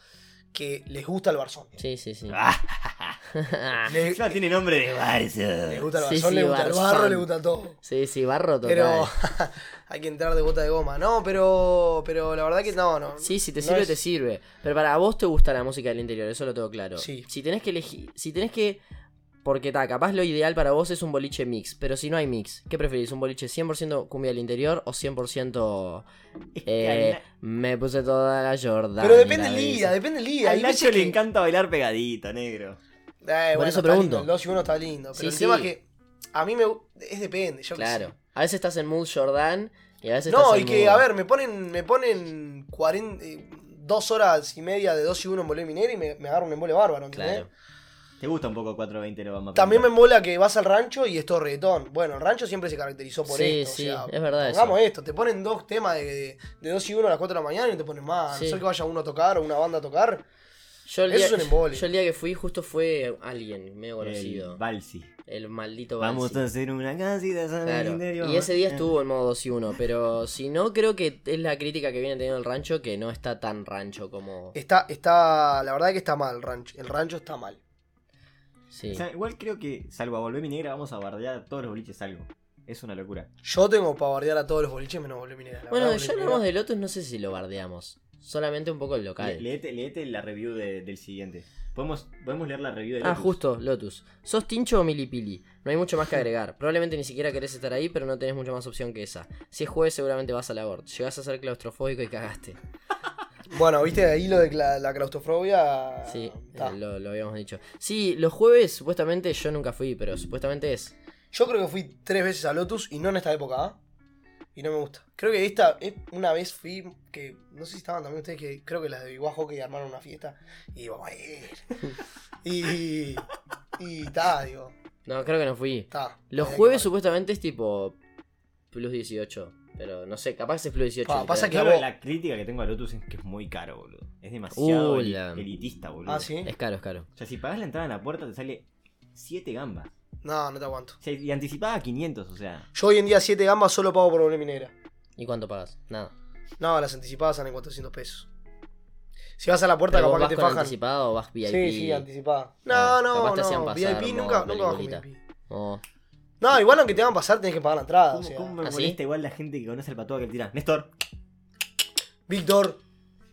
Speaker 4: que les gusta el Barzón.
Speaker 1: Sí, sí, sí.
Speaker 4: Les-
Speaker 3: Ah, Encima tiene nombre de
Speaker 4: Le
Speaker 3: Barça.
Speaker 4: gusta el
Speaker 1: Sí,
Speaker 4: barzón,
Speaker 1: sí,
Speaker 4: le gusta el
Speaker 1: barzón.
Speaker 4: barro, le gusta todo.
Speaker 1: sí, sí, barro total.
Speaker 4: Pero hay que entrar de bota de goma. No, pero pero la verdad que no, no.
Speaker 1: Sí, si te
Speaker 4: No
Speaker 1: sirve,
Speaker 4: es-
Speaker 1: te sirve. Pero para vos te gusta la música del interior, eso lo tengo claro.
Speaker 4: Sí.
Speaker 1: Si tenés que elegir, si tenés que... Porque ta, capaz lo ideal para vos es un boliche mix, pero si no hay mix, ¿qué preferís? ¿Un boliche 100% cumbia del interior o 100% eh, me puse toda la Jordan?
Speaker 4: Pero depende
Speaker 1: y
Speaker 4: el
Speaker 1: la
Speaker 4: día,
Speaker 1: Daisy?
Speaker 4: depende el día.
Speaker 3: A
Speaker 4: Hay
Speaker 3: Nacho
Speaker 4: veces
Speaker 3: le
Speaker 4: que-
Speaker 3: encanta bailar pegadito, negro.
Speaker 4: Eh,
Speaker 1: Por
Speaker 4: bueno,
Speaker 1: eso
Speaker 4: está
Speaker 1: pregunto.
Speaker 4: lindo, El 2 y 1 está lindo. Pero
Speaker 1: Sí,
Speaker 4: el
Speaker 1: sí.
Speaker 4: tema es que a mí me gu- es depende, yo qué
Speaker 1: Claro.
Speaker 4: sé.
Speaker 1: A veces estás en mood Jordan y a veces estás
Speaker 4: No,
Speaker 1: en
Speaker 4: y que
Speaker 1: mood-
Speaker 4: a ver, me ponen me ponen 40 eh, dos horas y media de 2 y 1 en volé minero y me, me agarro un embole bárbaro, ¿entendés?
Speaker 1: Claro.
Speaker 3: Te gusta un poco 420 lo vamos a
Speaker 4: También me
Speaker 3: preguntar.
Speaker 4: mola que vas al rancho y es todo reggaetón. Bueno, el rancho siempre se caracterizó por
Speaker 1: Sí,
Speaker 4: esto.
Speaker 1: sí,
Speaker 4: o sea,
Speaker 1: es verdad eso.
Speaker 4: Pongamos esto, te ponen dos temas de, de, 2 y 1 a las 4 de la mañana y no te ponen más.
Speaker 1: Sí.
Speaker 4: No sé que vaya uno a tocar o una banda a tocar.
Speaker 1: Yo el,
Speaker 4: Eso
Speaker 1: día,
Speaker 4: es un embole.
Speaker 1: yo el día que fui justo fue alguien medio conocido.
Speaker 3: El Balsi.
Speaker 1: El maldito
Speaker 3: Vamos
Speaker 1: Balsi.
Speaker 3: a hacer una casita de San
Speaker 1: Claro.
Speaker 3: Antonio.
Speaker 1: Y ese día estuvo en modo 2 y 1, pero si no, creo que es la crítica que viene teniendo el rancho que no está tan rancho como.
Speaker 4: Está, está, la verdad que está mal el rancho. El rancho está mal.
Speaker 1: Sí.
Speaker 3: O sea, igual creo que, salvo a volver mi negra, vamos a bardear a todos los boliches algo. Es una locura.
Speaker 4: Yo tengo para bardear a todos los boliches menos volé minera. la
Speaker 1: Bueno,
Speaker 4: verdad,
Speaker 1: ya
Speaker 4: Volé
Speaker 1: hablamos
Speaker 4: Minera.
Speaker 1: de Lotus, no sé si lo bardeamos. Solamente un poco el
Speaker 3: Le-
Speaker 1: local.
Speaker 3: Leete, leete la review de- del siguiente. Podemos, podemos leer la review de
Speaker 1: Ah,
Speaker 3: Lotus.
Speaker 1: justo, Lotus. ¿Sos tincho o milipili? No hay mucho más que agregar. Probablemente ni siquiera querés estar ahí, pero no tenés mucha más opción que esa. Si es jueves, seguramente vas a la board. Llegás a ser claustrofóbico y cagaste.
Speaker 4: Bueno, viste ahí lo de la, la claustrofobia.
Speaker 1: Sí,
Speaker 4: ta.
Speaker 1: eh, lo, lo habíamos dicho. Sí, los jueves, supuestamente, yo nunca fui, pero supuestamente es.
Speaker 4: Yo creo que fui tres veces a Lotus y no en esta época, ¿ah? Y no me gusta. Creo que esta, eh, una vez fui, que no sé si estaban también ustedes, que creo que las de Biguá Hockey armaron una fiesta. Y vamos a ir. y. Y está, digo.
Speaker 1: No, creo que no fui.
Speaker 4: Está.
Speaker 1: Los
Speaker 4: Hay que
Speaker 1: jueves
Speaker 4: ver.
Speaker 1: supuestamente es tipo plus 18, pero no sé, capaz es plus 18.
Speaker 4: Pa,
Speaker 1: literal.
Speaker 4: pasa que-
Speaker 3: Claro,
Speaker 4: vos-
Speaker 3: la crítica que tengo a Lotus es que es muy caro, boludo. Es demasiado
Speaker 1: Uh,
Speaker 3: eli-
Speaker 1: la-
Speaker 3: elitista, boludo.
Speaker 4: Ah, sí.
Speaker 1: Es caro, es caro.
Speaker 3: O sea, si pagás la entrada en la puerta te sale 7 gambas.
Speaker 4: No, no te aguanto.
Speaker 3: O sea, y anticipada 500, o sea.
Speaker 4: Yo hoy en día 7 gambas solo pago por volver minera.
Speaker 1: ¿Y cuánto pagas? Nada.
Speaker 4: No, las anticipadas salen 400 pesos. Si vas a la puerta,
Speaker 1: ¿Pero vos
Speaker 4: capaz
Speaker 1: vas
Speaker 4: que te
Speaker 1: con
Speaker 4: fajan.
Speaker 1: anticipado o vas VIP?
Speaker 4: Sí, sí, anticipada. No,
Speaker 1: Ah, capaz
Speaker 4: no,
Speaker 1: te hacían
Speaker 4: no.
Speaker 1: pasar
Speaker 4: VIP
Speaker 1: por
Speaker 4: nunca, nunca bajo
Speaker 1: peliculita.
Speaker 4: VIP.
Speaker 1: Oh.
Speaker 4: No, igual aunque te van a pasar, tenés que pagar la entrada.
Speaker 3: ¿Cómo,
Speaker 4: o sea.
Speaker 3: cómo me
Speaker 1: ¿Ah, sí?
Speaker 3: molesta igual la gente que conoce el patoa que le tira? Néstor,
Speaker 4: Víctor,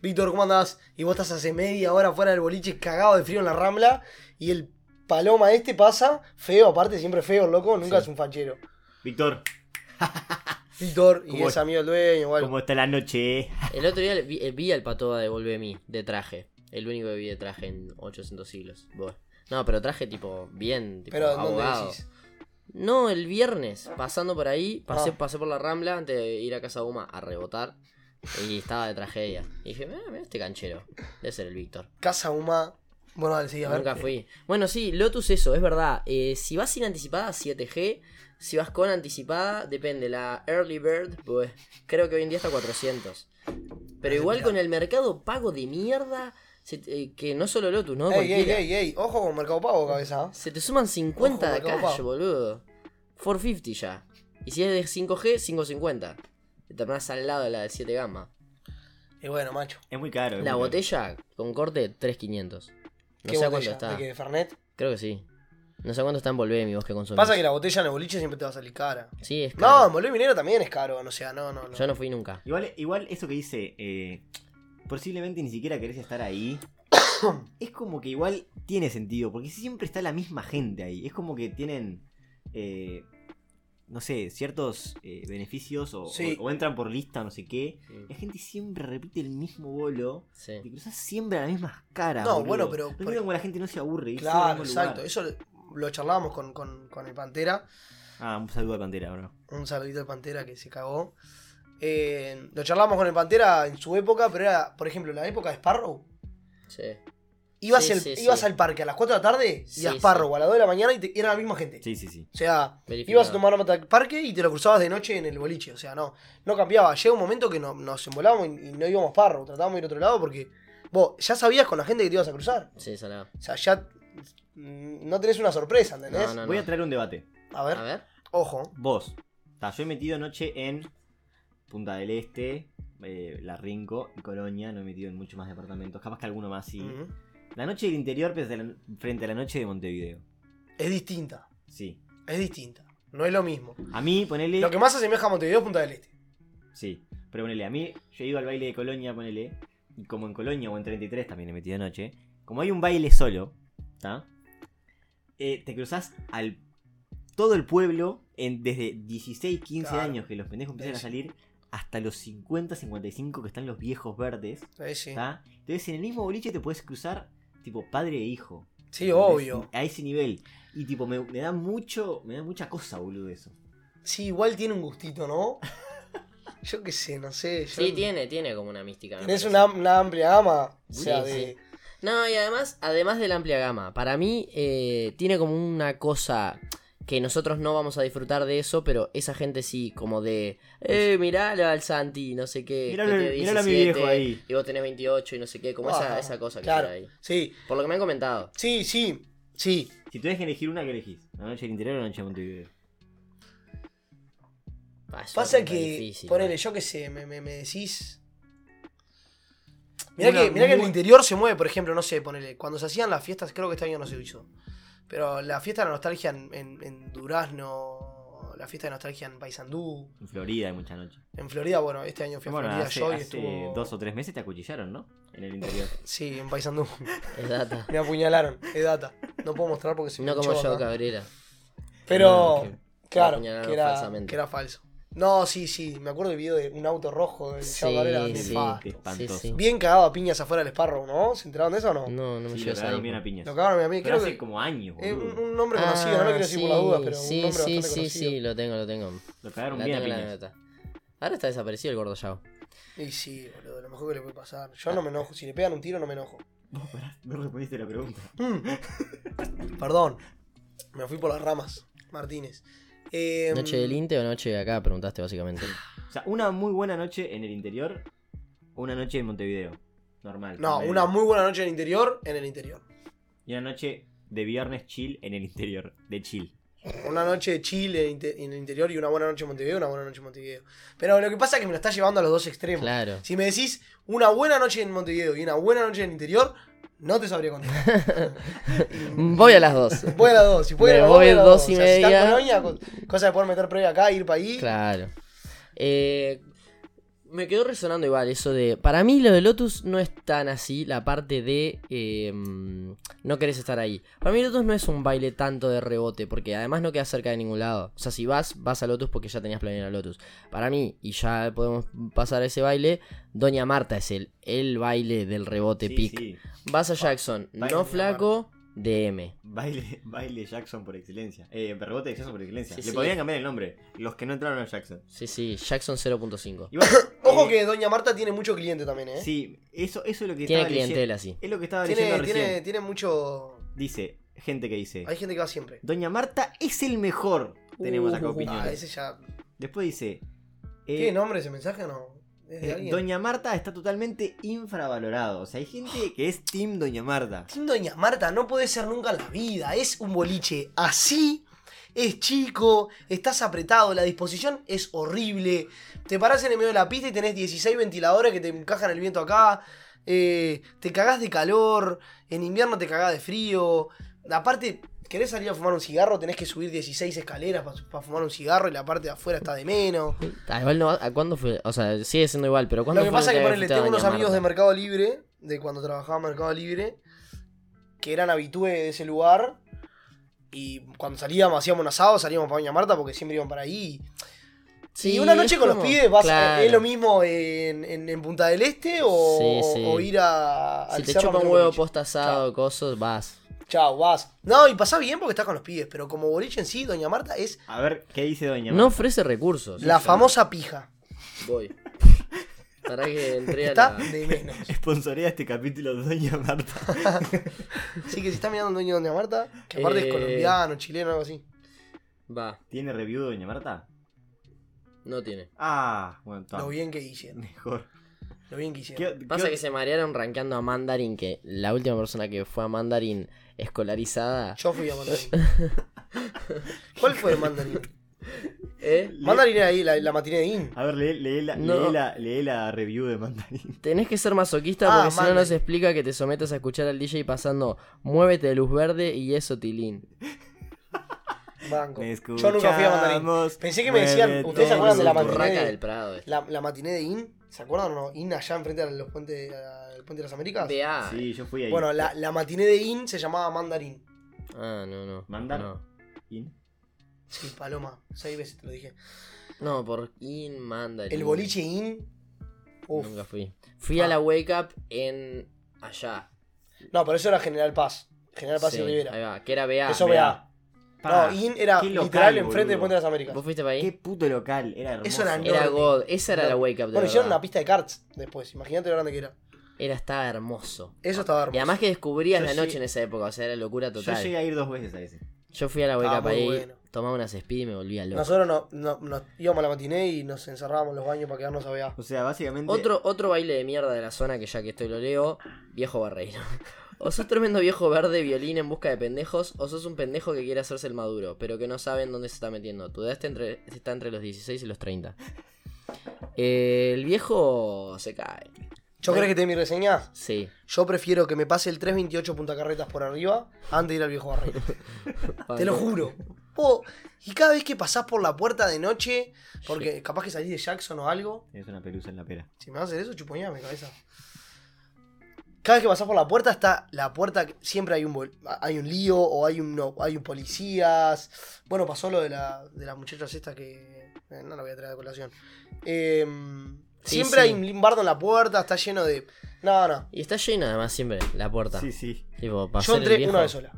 Speaker 4: Víctor, ¿cómo andás? Y vos estás hace media hora fuera del boliche cagado de frío en la rambla y el paloma este pasa, feo, aparte, siempre feo, el loco, nunca
Speaker 1: Sí.
Speaker 4: es un fachero.
Speaker 3: Víctor,
Speaker 4: Víctor, y
Speaker 3: ¿Cómo
Speaker 4: es
Speaker 3: es?
Speaker 4: amigo del dueño, o algo.
Speaker 3: ¿cómo está la noche? eh?
Speaker 1: El otro día vi, vi al patoa de Volve a mí, de traje. El único que vi de traje en 800 siglos. Buah. No, pero traje tipo bien, tipo
Speaker 4: Pero ¿en dónde
Speaker 1: abogado.
Speaker 4: decís?
Speaker 1: No, el viernes, pasando por ahí, pasé,
Speaker 4: Ah.
Speaker 1: pasé por la Rambla antes de ir a Casa Guma a rebotar. Y estaba de tragedia. Y dije, mira, mira este canchero. Debe ser el Víctor.
Speaker 4: Casa Uma. Bueno, dale, sí, a ver.
Speaker 1: Nunca fui. Bueno, sí, Lotus eso, es verdad. Eh, si vas sin anticipada, 7G. Si vas con anticipada, depende. La Early Bird, pues creo que hoy en día está 400. Pero igual con el mercado pago de mierda, se te- eh, que no solo Lotus, ¿no?
Speaker 4: ey, ey,
Speaker 1: Cualquiera.
Speaker 4: ey, ey, ojo con Mercado Pago, cabeza. ¿ah?
Speaker 1: Se te suman 50
Speaker 4: Ojo,
Speaker 1: de
Speaker 4: Mercado
Speaker 1: cash,
Speaker 4: Pago.
Speaker 1: boludo. 450 ya. Y si es de 5G, 550. Te terminás al lado de la de 7 gamma.
Speaker 4: Y bueno, macho.
Speaker 3: Es muy caro. es
Speaker 1: La
Speaker 3: muy caro.
Speaker 1: botella con corte, 3500. No
Speaker 4: ¿Qué
Speaker 1: sé a cuánto
Speaker 4: botella?
Speaker 1: está.
Speaker 4: ¿De qué? ¿De Fernet?
Speaker 1: Creo que sí. No sé cuánto está en Volvé, mi voz que consumes.
Speaker 4: Pasa que la botella en el boliche siempre te va a salir cara.
Speaker 1: Sí, es
Speaker 4: No,
Speaker 1: caro.
Speaker 4: en Bolivia Minero también es caro, o sea, no, no, no.
Speaker 1: Yo no fui nunca.
Speaker 3: Igual, igual eso que dice, eh, posiblemente ni siquiera querés estar ahí. es como que igual tiene sentido, porque siempre está la misma gente ahí. Es como que tienen, eh, no sé, ciertos eh, beneficios o,
Speaker 4: Sí.
Speaker 3: o- o entran por lista, no sé qué. La gente siempre repite el mismo bolo. Te
Speaker 1: Sí.
Speaker 3: cruzas siempre las mismas caras.
Speaker 4: No,
Speaker 3: boludo.
Speaker 4: bueno, pero-
Speaker 3: No entiendo cómo la gente no se aburre. ir siempre al
Speaker 4: Claro,
Speaker 3: mismo
Speaker 4: exacto.
Speaker 3: lugar.
Speaker 4: Eso lo- lo charlábamos con, con, con el Pantera.
Speaker 3: Ah, un saludo al Pantera, bro.
Speaker 4: Un saludito al Pantera que se cagó. Eh, lo charlábamos con el Pantera en su época, pero era, por ejemplo, la época de Sparrow.
Speaker 1: Sí.
Speaker 4: Ibas,
Speaker 1: Sí,
Speaker 4: el-
Speaker 1: sí,
Speaker 4: ibas
Speaker 1: sí.
Speaker 4: al parque a las 4 de la tarde y
Speaker 1: Sí,
Speaker 4: a Sparrow a las 2 de la mañana y, te- y era la misma gente.
Speaker 3: Sí, sí, sí.
Speaker 4: O sea,
Speaker 1: Verificado.
Speaker 4: ibas a tomar una al parque y te lo cruzabas de noche en el boliche. O sea, no, no cambiaba. Llega un momento que no- nos embolábamos y, y no íbamos a Sparrow. Tratábamos de ir a otro lado porque vos ya sabías con la gente que te ibas a cruzar.
Speaker 1: Sí, salado.
Speaker 4: O sea, ya mm, no tenés una sorpresa, ¿entendés?
Speaker 1: No, no,
Speaker 3: Voy a traer un debate.
Speaker 4: A ver,
Speaker 1: A ver.
Speaker 4: ojo.
Speaker 3: Vos. Ta, yo he metido noche en Punta del Este, eh, La Rinco y Colonia. No he metido en muchos más departamentos. Capaz que alguno más sí.
Speaker 4: Ujú.
Speaker 3: La noche del interior frente a la, frente a la noche de Montevideo.
Speaker 4: Es distinta.
Speaker 3: Sí.
Speaker 4: Es distinta. No es lo mismo.
Speaker 3: A mí, ponele.
Speaker 4: Lo que más se asemeja a Montevideo es Punta del Este.
Speaker 3: Sí. Pero ponele, a mí, yo he ido al baile de Colonia, ponele. Y como en Colonia o en 33 también he metido noche. Como hay un baile solo, ¿está? Eh, te cruzás al. Todo el pueblo, en, desde 16, 15
Speaker 4: Claro.
Speaker 3: años que los pendejos empiezan a
Speaker 4: Sí.
Speaker 3: salir, hasta los 50, 55 que están los viejos verdes.
Speaker 4: Sí, sí.
Speaker 3: ¿Está? Entonces en el mismo boliche te puedes cruzar tipo padre e hijo.
Speaker 4: Sí,
Speaker 3: ¿Entendés?
Speaker 4: obvio.
Speaker 3: A ese nivel. Y tipo, me, me da mucho, me da mucha cosa, boludo, eso.
Speaker 4: Sí, igual tiene un gustito, ¿no? Yo qué sé, no sé. yo-
Speaker 1: Sí, tiene, tiene como una mística. me
Speaker 4: Tenés
Speaker 1: parece.
Speaker 4: una, una amplia gama. O
Speaker 1: Sí,
Speaker 4: sea,
Speaker 1: sí.
Speaker 4: de.
Speaker 1: No, y además, además de la amplia gama, para mí eh, tiene como una cosa que nosotros no vamos a disfrutar de eso, pero esa gente sí, como de, eh, miralo al Santi, no sé qué.
Speaker 3: Miralo-
Speaker 1: Eh, que tiene
Speaker 3: miralo a mi
Speaker 1: 17,
Speaker 3: viejo ahí.
Speaker 1: Y vos tenés 28 y no sé qué, como esa,
Speaker 4: Ah,
Speaker 1: esa cosa que
Speaker 4: claro.
Speaker 1: está ahí.
Speaker 4: Sí,
Speaker 1: Por lo que me han comentado.
Speaker 4: sí, sí. Sí.
Speaker 3: Si tuvieras que elegir una, ¿qué elegís? ¿La noche del interior o la noche de Montevideo?
Speaker 1: Ah, es una
Speaker 4: Pasa
Speaker 1: pregunta
Speaker 4: que.
Speaker 1: difícil,
Speaker 4: ponele,
Speaker 1: ¿no?
Speaker 4: yo qué sé, me, me- me decís. Mirá,
Speaker 3: Una
Speaker 4: que, mirá que en el
Speaker 3: muy-
Speaker 4: interior se mueve, por ejemplo, no sé, ponele. Cuando se hacían las fiestas, creo que este año no se hizo. Pero la fiesta de la nostalgia en, en- en Durazno, la fiesta de nostalgia en Paysandú.
Speaker 3: En Florida hay mucha noche.
Speaker 4: En Florida, bueno, este año fui a
Speaker 3: Bueno,
Speaker 4: Florida
Speaker 3: hace,
Speaker 4: yo y
Speaker 3: hace
Speaker 4: estuvo.
Speaker 3: dos o tres meses te acuchillaron, ¿no? En el interior.
Speaker 4: Sí, en Paysandú.
Speaker 1: Es data.
Speaker 4: Me apuñalaron, es data. No puedo mostrar porque se me
Speaker 1: No como
Speaker 4: hinchó
Speaker 1: yo,
Speaker 4: acá.
Speaker 1: Cabrera.
Speaker 4: Pero,
Speaker 1: que-
Speaker 4: claro,
Speaker 1: me apuñalaron
Speaker 4: que era,
Speaker 1: falsamente.
Speaker 4: que era falso. No, sí, sí, me acuerdo del video de un auto rojo del
Speaker 1: Sí,
Speaker 4: Chavo Cabrera. donde
Speaker 1: sí.
Speaker 4: nefasto.
Speaker 3: Qué espantoso.
Speaker 1: Sí, sí.
Speaker 4: Bien cagado a piñas afuera del Sparrow, ¿no? ¿Se enteraron de eso o no?
Speaker 1: No, no me
Speaker 3: Sí, lo
Speaker 1: lleves ahí.
Speaker 3: cagaron bien a piñas.
Speaker 4: Lo cagaron a mi amigo.
Speaker 3: Pero
Speaker 4: Creo
Speaker 3: hace
Speaker 4: que
Speaker 3: como años,
Speaker 4: es un,
Speaker 3: boludo.
Speaker 4: un nombre conocido, no lo quiero decir por las dudas, pero
Speaker 1: Ah, sí,
Speaker 4: un nombre
Speaker 1: sí,
Speaker 4: bastante
Speaker 1: sí,
Speaker 4: conocido.
Speaker 1: sí, lo tengo, lo tengo.
Speaker 3: Lo cagaron
Speaker 1: La
Speaker 3: bien a
Speaker 1: tengo en la
Speaker 3: piñas.
Speaker 1: nota. Ahora está desaparecido el gordo Yao.
Speaker 4: Y sí, boludo, lo mejor que le puede pasar. Yo no me enojo, si le pegan un tiro no me enojo.
Speaker 3: Vos pará, no respondiste la pregunta.
Speaker 4: Mm. Perdón, me fui por las ramas, Martínez. Eh,
Speaker 1: ¿Noche del Inte o noche de acá? Preguntaste básicamente.
Speaker 3: O sea, una muy buena noche en el interior, una noche en Montevideo. Normal.
Speaker 4: No,
Speaker 3: promedio.
Speaker 4: una muy buena noche en el interior, en el interior.
Speaker 3: Y una noche de viernes chill en el interior. De chill.
Speaker 4: Una noche de Chile en inte- en el interior y una buena noche en Montevideo, una buena noche en Montevideo. Pero lo que pasa es que me lo está llevando a los dos extremos.
Speaker 6: Claro.
Speaker 4: Si me decís una buena noche en Montevideo y una buena noche en el interior, no te sabría contar.
Speaker 1: Voy a las dos.
Speaker 4: Voy a las dos. Si puedo,
Speaker 1: Me
Speaker 4: a las
Speaker 1: voy
Speaker 4: a las
Speaker 1: dos y
Speaker 4: O sea, si está en
Speaker 1: media.
Speaker 4: Colonia, co- cosa de poder meter previa acá, ir para ahí.
Speaker 1: Claro. Eh, me quedó resonando igual eso de. Para mí, lo de Lotus no es tan así, la parte de. eh, mm, no querés estar ahí. Para mí, Lotus no es un baile tanto de rebote, porque además no queda cerca de ningún lado. O sea, si vas, vas a Lotus porque ya tenías planeado Lotus. Para mí, y ya podemos pasar a ese baile, Doña Marta es el, el baile del rebote
Speaker 3: Sí,
Speaker 1: pic.
Speaker 3: sí.
Speaker 1: Vas a Jackson,
Speaker 3: Baile
Speaker 1: no
Speaker 3: Doña
Speaker 1: flaco, DM.
Speaker 3: Baile, baile Jackson por excelencia. Eh, rebote de Jackson por excelencia.
Speaker 1: Sí,
Speaker 3: Le
Speaker 1: sí.
Speaker 3: podrían cambiar el nombre. Los que no entraron a Jackson.
Speaker 1: Sí, sí, Jackson 0.5.
Speaker 3: Igual,
Speaker 4: Ojo
Speaker 3: eh,
Speaker 4: que Doña Marta tiene mucho cliente también, ¿eh?
Speaker 3: Sí, eso, eso es lo que
Speaker 1: Tiene
Speaker 3: estaba leyendo-
Speaker 1: clientela, sí.
Speaker 3: Es lo que estaba
Speaker 4: Tiene,
Speaker 3: leyendo
Speaker 4: tiene,
Speaker 3: recién.
Speaker 4: tiene mucho.
Speaker 3: Dice, gente que dice.
Speaker 4: Hay gente que va siempre.
Speaker 3: Doña Marta es el mejor. Tenemos acá
Speaker 1: Uh,
Speaker 4: Ah,
Speaker 3: opiniones.
Speaker 4: ese ya.
Speaker 3: Después dice. eh,
Speaker 4: ¿Tiene nombre ese mensaje o no? ¿Es de
Speaker 3: eh,
Speaker 4: alguien?
Speaker 3: Doña Marta está totalmente infravalorado. O sea, hay gente que es Team Doña Marta.
Speaker 4: Team Doña Marta no puede ser nunca en la vida. Es un boliche así. Es chico, estás apretado, la disposición es horrible. Te parás en el medio de la pista y tenés 16 ventiladores que te encajan el viento acá. eh, te cagás de calor. En invierno te cagás de frío. Aparte, querés salir a fumar un cigarro, tenés que subir 16 escaleras para fumar un cigarro y la parte de afuera está de menos.
Speaker 1: Ah, igual no, ¿a cuándo fue? O sea, sigue siendo igual, pero ¿cuándo
Speaker 4: Lo que
Speaker 1: fue
Speaker 4: pasa es que
Speaker 1: había
Speaker 4: ponele,
Speaker 1: festejado
Speaker 4: tengo unos
Speaker 1: Doña
Speaker 4: amigos de
Speaker 1: Marta?
Speaker 4: Mercado Libre, de cuando trabajaba en Mercado Libre, que eran habitués de ese lugar. Y cuando salíamos, hacíamos un asado, salíamos para Doña Marta porque siempre iban para ahí.
Speaker 1: Sí,
Speaker 4: y una noche
Speaker 1: es
Speaker 4: con
Speaker 1: como-
Speaker 4: los pibes, vas, eh,
Speaker 1: claro.
Speaker 4: ¿es lo mismo en, en- en Punta del Este o,
Speaker 1: Sí, sí.
Speaker 4: o ir a,
Speaker 1: Si
Speaker 4: al
Speaker 1: te
Speaker 4: cerro a
Speaker 1: chupa un
Speaker 4: meter
Speaker 1: huevo
Speaker 4: boliche?
Speaker 1: posta asado, cosas, vas.
Speaker 4: Chao, vas. No, y pasás bien porque estás con los pibes, pero como boliche en sí, Doña Marta es
Speaker 3: A ver, ¿qué dice Doña
Speaker 1: No
Speaker 3: Marta?
Speaker 1: ofrece recursos.
Speaker 4: la famosa pija.
Speaker 1: Voy. Para que entré a
Speaker 4: Está
Speaker 1: la...
Speaker 4: de menos.
Speaker 3: Sponsorea este capítulo de Doña Marta.
Speaker 4: Así que si está mirando un dueño de Doña Marta, que aparte
Speaker 1: Eh.
Speaker 4: es colombiano, chileno, algo así.
Speaker 1: Va,
Speaker 3: ¿Tiene review de Doña Marta?
Speaker 1: no tiene.
Speaker 3: Ah, bueno, está.
Speaker 4: Lo bien que hicieron.
Speaker 3: Mejor.
Speaker 4: Lo bien que hicieron.
Speaker 3: ¿Qué-
Speaker 1: Pasa
Speaker 3: qué-
Speaker 1: que se marearon rankeando a Mandarin, que la última persona que fue a Mandarin escolarizada...
Speaker 4: Yo fui a Mandarín. ¿Cuál fue el Mandarín?
Speaker 1: ¿Eh?
Speaker 4: Mandarín era ahí la, la matiné de In.
Speaker 3: A ver, lee, lee la,
Speaker 1: No.
Speaker 3: lee la- lee la review de Mandarín.
Speaker 1: Tenés que ser masoquista
Speaker 4: Ah,
Speaker 1: porque si no
Speaker 4: Mandarin.
Speaker 1: nos explica que te sometes a escuchar al DJ pasando Muévete de luz verde y eso tilín.
Speaker 4: Banco.
Speaker 3: Me
Speaker 4: Yo nunca fui a Mandarín.
Speaker 3: escuchamos,
Speaker 4: Pensé que me decían-
Speaker 3: mueve
Speaker 4: ¿ustedes se acuerdan de la
Speaker 3: todo.
Speaker 4: matiné?
Speaker 1: Turraca del Prado. eh.
Speaker 4: La, la matiné de In, ¿se acuerdan o no? In allá enfrente a los puentes, al puente de las Américas.
Speaker 1: BA.
Speaker 3: Sí, yo fui ahí.
Speaker 4: Bueno, la, la matiné de In se llamaba Mandarín.
Speaker 1: Ah, no, no.
Speaker 3: Mandar-
Speaker 1: No.
Speaker 3: In-
Speaker 4: Sí, Paloma, seis veces te lo dije.
Speaker 1: No, por In Mandarin.
Speaker 4: El boliche In. Uf.
Speaker 1: Nunca fui. Fui a
Speaker 4: Ah.
Speaker 1: la Wake Up en. allá.
Speaker 4: No, pero eso era General Paz. General Paz
Speaker 1: Sí,
Speaker 4: y
Speaker 1: ahí
Speaker 4: Rivera.
Speaker 1: va, que era BA.
Speaker 4: Eso
Speaker 3: vea.
Speaker 4: Ah, vea.
Speaker 3: Pa,
Speaker 4: No, In era
Speaker 3: qué local,
Speaker 4: literal enfrente del
Speaker 3: boludo.
Speaker 4: puente de las Américas.
Speaker 1: ¿Vos fuiste para
Speaker 3: Qué
Speaker 1: ahí?
Speaker 3: puto local, era hermoso.
Speaker 4: Eso era enorme.
Speaker 1: Era God. Esa era la Wake Up de
Speaker 4: Bueno, hicieron
Speaker 1: verdad.
Speaker 4: una pista de karts después. Imagínate lo grande que era.
Speaker 1: Era, estaba hermoso.
Speaker 4: Eso estaba hermoso.
Speaker 1: Y además que descubrías
Speaker 3: Yo
Speaker 1: la noche
Speaker 3: llegué-
Speaker 1: en esa época, o sea, era locura
Speaker 3: Yo
Speaker 1: total.
Speaker 3: llegué
Speaker 1: Yo,
Speaker 3: a ir dos veces a ese.
Speaker 1: fui a la Wake
Speaker 4: Estaba
Speaker 1: Up
Speaker 4: Ah, muy
Speaker 1: ahí,
Speaker 4: bueno.
Speaker 1: tomaba unas speed y me volvía loco.
Speaker 4: Nosotros no, no- nos íbamos a la matiné y nos encerrábamos en los baños para quedarnos a ver.
Speaker 3: O sea, básicamente.
Speaker 1: Otro, otro baile de mierda de la zona que ya que estoy lo leo, viejo barreiro. O sos tremendo viejo verde violín en busca de pendejos, o sos un pendejo que quiere hacerse el maduro, pero que no sabe en dónde se está metiendo. Tu edad está entre, está entre los 16 y los 30. Eh, el viejo se cae.
Speaker 4: ¿Yo crees que te dé mi reseña?
Speaker 1: Sí,
Speaker 4: Yo prefiero que me pase el 328 punta carretas por arriba antes de ir al viejo barrio. Te lo juro. Po, y cada vez que pasás por la puerta de noche, porque capaz que salís de Jackson o algo,
Speaker 3: Es una pelusa en la pera.
Speaker 4: si me vas a hacer eso, chupoñame cabeza. Cada vez que pasás por la puerta está la puerta, que- siempre hay un bol- hay un lío o hay un no- hay un policías. Bueno, pasó lo de la de las muchachas estas que eh, no la voy a traer a colación. Eh,
Speaker 1: Sí,
Speaker 4: siempre
Speaker 1: sí.
Speaker 4: hay un limbardo en la puerta, está lleno de no, no.
Speaker 1: Y está llena además siempre la puerta.
Speaker 3: Sí, sí.
Speaker 1: Tipo, para
Speaker 4: Yo
Speaker 1: ser el
Speaker 4: entré
Speaker 1: viejo-
Speaker 4: una vez sola.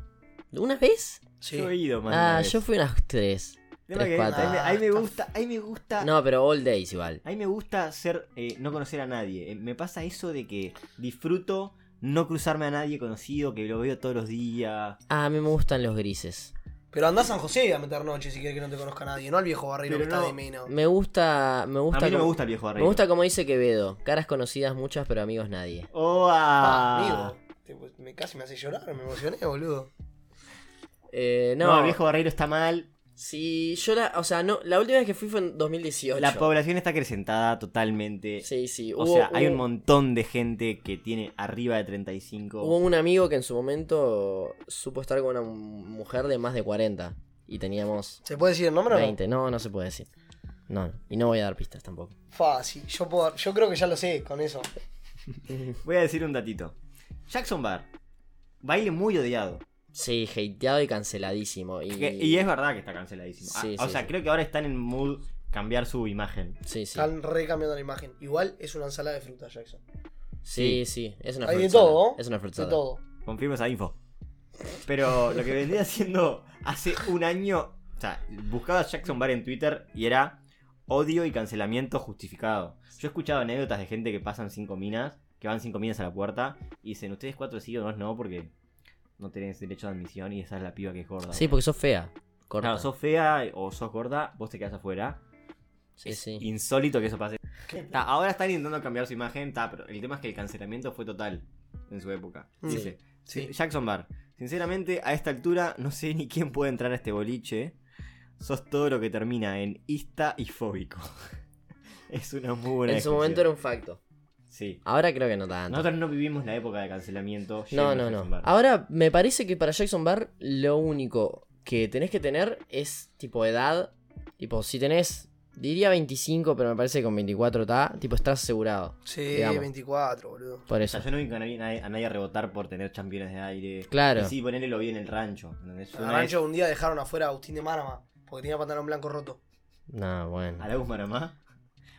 Speaker 1: ¿Una vez?
Speaker 4: Sí.
Speaker 3: Yo he ido, man.
Speaker 1: ah, yo fui unas tres. tres, cuatro.
Speaker 3: ahí, me, ahí me gusta, ahí me gusta.
Speaker 1: No, pero all days igual.
Speaker 3: A mí me gusta ser, eh, no conocer a nadie. Eh, me pasa eso de que disfruto no cruzarme a nadie conocido, que lo veo todos los días.
Speaker 1: Ah, a mí me gustan los grises.
Speaker 4: Pero andá a San José a meter noche si quieres que no te conozca nadie, no al viejo barrero que
Speaker 3: Pero
Speaker 4: está
Speaker 3: no.
Speaker 4: de menos.
Speaker 1: Me gusta, me gusta.
Speaker 3: a mí no me
Speaker 1: como-
Speaker 3: gusta el viejo
Speaker 1: Me
Speaker 3: arriba.
Speaker 1: gusta como dice Quevedo, caras conocidas muchas pero amigos nadie.
Speaker 3: Oh,
Speaker 4: Ah,
Speaker 3: ah.
Speaker 4: amigo, te- me, casi me hace llorar, me emocioné, boludo.
Speaker 1: Eh,
Speaker 3: no,
Speaker 1: no,
Speaker 3: el viejo barreiro está mal.
Speaker 1: Sí, yo la. O sea, no, la última vez que fui fue en 2018.
Speaker 3: La población está acrecentada totalmente.
Speaker 1: Sí, sí.
Speaker 3: O sea, hay un montón de gente que tiene arriba de 35.
Speaker 1: Hubo un amigo que en su momento supo estar con una mujer de más de 40. Y teníamos
Speaker 4: ¿Se puede decir el nombre o no?
Speaker 1: 20. No, no se puede decir. No, no. y no voy a dar pistas tampoco.
Speaker 4: Fácil. Yo, puedo- yo creo que ya lo sé con eso.
Speaker 3: Voy a decir un datito. Jackson Bar. Baile muy odiado.
Speaker 1: Sí, hateado y canceladísimo. Y,
Speaker 3: Que- y es verdad que está canceladísimo. Ah,
Speaker 1: Sí,
Speaker 3: o
Speaker 1: sí,
Speaker 3: sea,
Speaker 1: sí.
Speaker 3: creo que ahora están en mood cambiar su imagen.
Speaker 1: Sí, sí.
Speaker 4: Están recambiando la imagen. Igual es una ensalada de frutas, Jackson.
Speaker 1: Sí, sí. Es una
Speaker 4: Hay de
Speaker 1: frutzada.
Speaker 4: todo, ¿no?
Speaker 1: Es una
Speaker 4: De
Speaker 1: frutzada.
Speaker 4: todo.
Speaker 3: Confirmo esa info. Pero lo que vendría haciendo hace un año. O sea, buscaba Jackson Bar en Twitter y era odio y cancelamiento justificado. Yo he escuchado anécdotas de gente que pasan cinco minas, que van cinco minas a la puerta y dicen, ustedes cuatro sí o dos no, porque no tenés derecho de admisión y esa es la piba que es gorda.
Speaker 1: Sí, porque sos fea. Corta.
Speaker 3: Claro, sos fea o sos gorda, vos te quedás afuera.
Speaker 1: Sí,
Speaker 3: es
Speaker 1: sí.
Speaker 3: insólito que eso pase. Ta, ahora están intentando cambiar su imagen, ta, pero el tema es que el cancelamiento fue total en su época.
Speaker 4: Mm.
Speaker 3: Dice,
Speaker 4: Sí.
Speaker 3: Eh, Jackson Bar, sinceramente a esta altura no sé ni quién puede entrar a este boliche. Sos todo lo que termina en ista y fóbico. es una muy buena
Speaker 1: En su momento era
Speaker 3: descripción.
Speaker 1: un facto.
Speaker 3: Sí.
Speaker 1: Ahora creo que no tanto.
Speaker 3: Nosotros no vivimos la época de cancelamiento.
Speaker 1: No,
Speaker 3: yendo a
Speaker 1: no,
Speaker 3: Jackson
Speaker 1: no.
Speaker 3: Bar.
Speaker 1: Ahora, me parece que para Jackson Bar lo único que tenés que tener es tipo edad. Tipo, si tenés, diría 25, pero me parece que con 24 está, tipo, estás asegurado.
Speaker 4: Sí,
Speaker 1: Digamos.
Speaker 4: 24, boludo.
Speaker 1: Por
Speaker 3: O sea,
Speaker 1: eso.
Speaker 3: yo no vi a nadie, a nadie rebotar por tener campeones de aire.
Speaker 1: Claro.
Speaker 3: Y sí, ponele lo vi en el rancho. ¿entendés? Yo
Speaker 4: En el
Speaker 3: una
Speaker 4: rancho un día dejaron afuera a Agustín de Márama porque tenía pantalón blanco roto.
Speaker 1: No,
Speaker 3: vez-
Speaker 1: bueno.
Speaker 3: ¿A la Guzmaramá?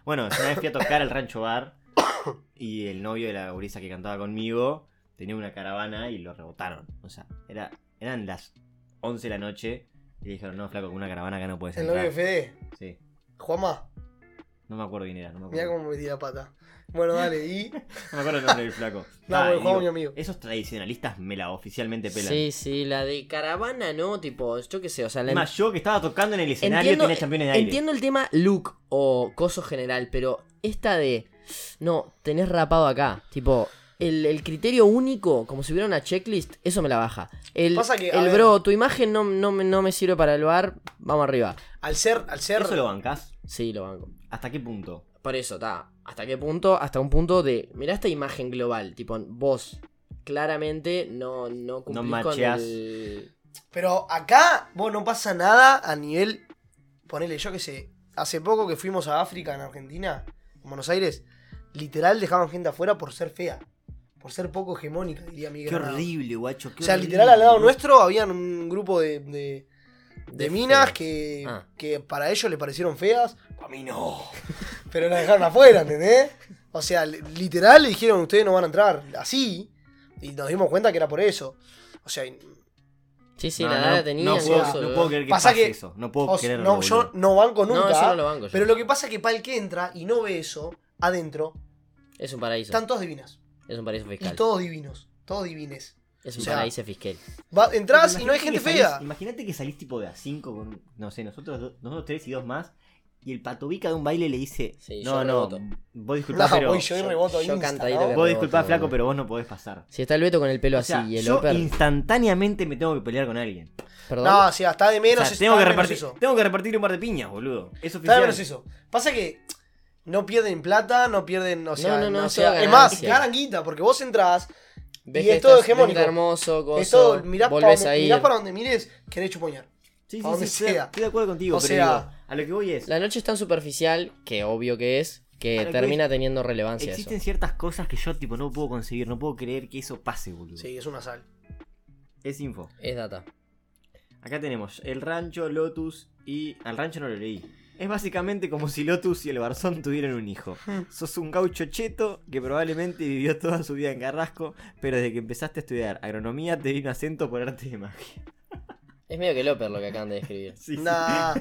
Speaker 3: Bueno, yo una vez fui a tocar al rancho bar y el novio de la gurisa que cantaba conmigo tenía una caravana y lo rebotaron. O sea, era, eran las 11 de la noche y le dijeron, no, flaco, con una caravana acá no puedes
Speaker 4: El novio
Speaker 3: entrar.
Speaker 4: de Fede,
Speaker 3: Sí,
Speaker 4: Juanma,
Speaker 3: no me acuerdo quién era, no me
Speaker 4: mirá
Speaker 3: acuerdo.
Speaker 4: cómo metí la pata. Bueno, dale, y.
Speaker 3: No me acuerdo el nombre del flaco.
Speaker 4: No,
Speaker 3: Ah,
Speaker 4: porque
Speaker 3: y
Speaker 4: Juanma es mi
Speaker 3: digo,
Speaker 4: amigo.
Speaker 3: Esos tradicionalistas me la oficialmente pelan.
Speaker 1: Sí, sí, la de caravana no, tipo, yo qué sé, o sea, la
Speaker 3: Es Más yo que estaba tocando en el escenario
Speaker 1: Entiendo-
Speaker 3: tenía campeones de aire.
Speaker 1: Entiendo el tema look o coso general, pero esta de. No, tenés rapado acá. Tipo, el, el criterio único, como si hubiera una checklist, eso me la baja. El,
Speaker 4: Pasa que, a
Speaker 1: el
Speaker 4: ver-
Speaker 1: bro, tu imagen no, no, me- no me sirve para el bar, vamos arriba.
Speaker 4: Al ser, al ser.
Speaker 3: ¿Eso lo bancás?
Speaker 1: Sí, lo banco.
Speaker 3: ¿Hasta qué punto?
Speaker 1: Por eso, está. ¿Hasta qué punto? Hasta un punto de. Mirá esta imagen global. Tipo, vos claramente no, no cumplís con
Speaker 3: macheás.
Speaker 1: el.
Speaker 4: Pero acá, vos no pasa nada a nivel. Ponele, yo qué sé. Hace poco que fuimos a África, en Argentina, en Buenos Aires, literal dejaban gente afuera por ser fea. Por ser poco hegemónica, diría Miguel.
Speaker 3: Qué
Speaker 4: Arnau.
Speaker 3: horrible, guacho. qué
Speaker 4: O sea,
Speaker 3: horrible.
Speaker 4: literal al lado nuestro habían un grupo de, de, de
Speaker 1: De
Speaker 4: minas
Speaker 1: feas.
Speaker 4: que,
Speaker 1: Ah.
Speaker 4: que para ellos le parecieron feas. A mí no. Pero las dejaron afuera, ¿entendés? O sea, li- literal le dijeron, ustedes no van a entrar. Así. Y nos dimos cuenta que era por eso. O sea, y-
Speaker 1: Sí, sí,
Speaker 3: No,
Speaker 1: la
Speaker 3: no,
Speaker 1: edad la tenía.
Speaker 3: no
Speaker 1: sí,
Speaker 3: puedo,
Speaker 1: eso,
Speaker 3: no
Speaker 1: bro.
Speaker 3: puedo creer que
Speaker 4: Pasa
Speaker 3: pase
Speaker 4: que-
Speaker 3: eso. No puedo
Speaker 4: o sea,
Speaker 3: creerlo.
Speaker 4: no,
Speaker 3: boludo.
Speaker 4: yo no banco
Speaker 1: No,
Speaker 4: nunca.
Speaker 1: eso no lo banco yo.
Speaker 4: Pero lo que pasa es que para el que entra y no ve eso, adentro,
Speaker 1: Es un paraíso.
Speaker 4: están todos divinas.
Speaker 1: Es un paraíso
Speaker 4: Y
Speaker 1: fiscal.
Speaker 4: todos divinos. Todos divines.
Speaker 1: Es
Speaker 4: O
Speaker 1: un
Speaker 4: sea,
Speaker 1: paraíso fiscal.
Speaker 4: Va, entras y no hay
Speaker 3: Imagínate
Speaker 4: gente
Speaker 3: que salís-
Speaker 4: fea.
Speaker 3: Imagínate que salís tipo de a 5 con, no sé, nosotros, do- nosotros tres y dos más. Y el patobica de un baile le dice:
Speaker 1: Sí, yo
Speaker 3: No, no,
Speaker 1: reboto.
Speaker 3: vos disculpás,
Speaker 4: No,
Speaker 3: pero.
Speaker 4: voy yo y reboto
Speaker 1: yo
Speaker 4: Insta,
Speaker 1: cantadito
Speaker 4: ¿no?
Speaker 1: que-
Speaker 3: Vos
Speaker 1: Reboto,
Speaker 3: disculpás, flaco,
Speaker 1: boludo.
Speaker 3: pero vos no podés pasar.
Speaker 1: Si está el Beto con el pelo
Speaker 3: O sea,
Speaker 1: así y el
Speaker 3: yo
Speaker 1: upper-
Speaker 3: instantáneamente me tengo que pelear con alguien.
Speaker 1: Perdón.
Speaker 4: No, o sea, está de
Speaker 3: O sea,
Speaker 4: menos. está
Speaker 3: tengo, que
Speaker 4: de menos
Speaker 3: repartir,
Speaker 4: eso.
Speaker 3: tengo que repartir un par de piñas, boludo. Es
Speaker 4: Está de
Speaker 3: oficial.
Speaker 4: menos eso. Pasa que no pierden plata, no pierden. O sea,
Speaker 1: no, no,
Speaker 4: o
Speaker 1: eso
Speaker 4: sea,
Speaker 1: da
Speaker 4: es más,
Speaker 1: ganancia.
Speaker 4: ganan guita, porque vos entrás,
Speaker 1: Ves
Speaker 4: y
Speaker 1: que
Speaker 4: es todo
Speaker 1: estás-
Speaker 4: hegemónico.
Speaker 1: ves que está hermoso, coso,
Speaker 4: es todo, mirás, para
Speaker 1: volvés
Speaker 4: donde,
Speaker 1: a ir.
Speaker 4: mirás para donde mires, querés chupoñar.
Speaker 3: Sí,
Speaker 4: A
Speaker 3: sí, sí,
Speaker 4: donde
Speaker 3: estoy-
Speaker 4: sea.
Speaker 3: estoy de acuerdo contigo,
Speaker 4: O
Speaker 3: pero
Speaker 4: sea-
Speaker 3: digo, a lo que voy es.
Speaker 1: La noche es tan superficial, que obvio que es, que
Speaker 3: Claro,
Speaker 1: termina
Speaker 3: güey.
Speaker 1: teniendo relevancia
Speaker 3: Existen
Speaker 1: eso.
Speaker 3: ciertas cosas que yo tipo no puedo conseguir, no puedo creer que eso pase, boludo.
Speaker 4: Sí, es una sal.
Speaker 3: Es info.
Speaker 1: Es data.
Speaker 3: Acá tenemos el rancho, Lotus y. Al rancho no lo leí. Es básicamente como si Lotus y el Barzón tuvieran un hijo. Sos un gaucho cheto que probablemente vivió toda su vida en Carrasco, pero desde que empezaste a estudiar agronomía te vino acento por arte de magia.
Speaker 1: Es medio que Loper lo que acaban de describir.
Speaker 3: Sí, sí.
Speaker 4: Nah,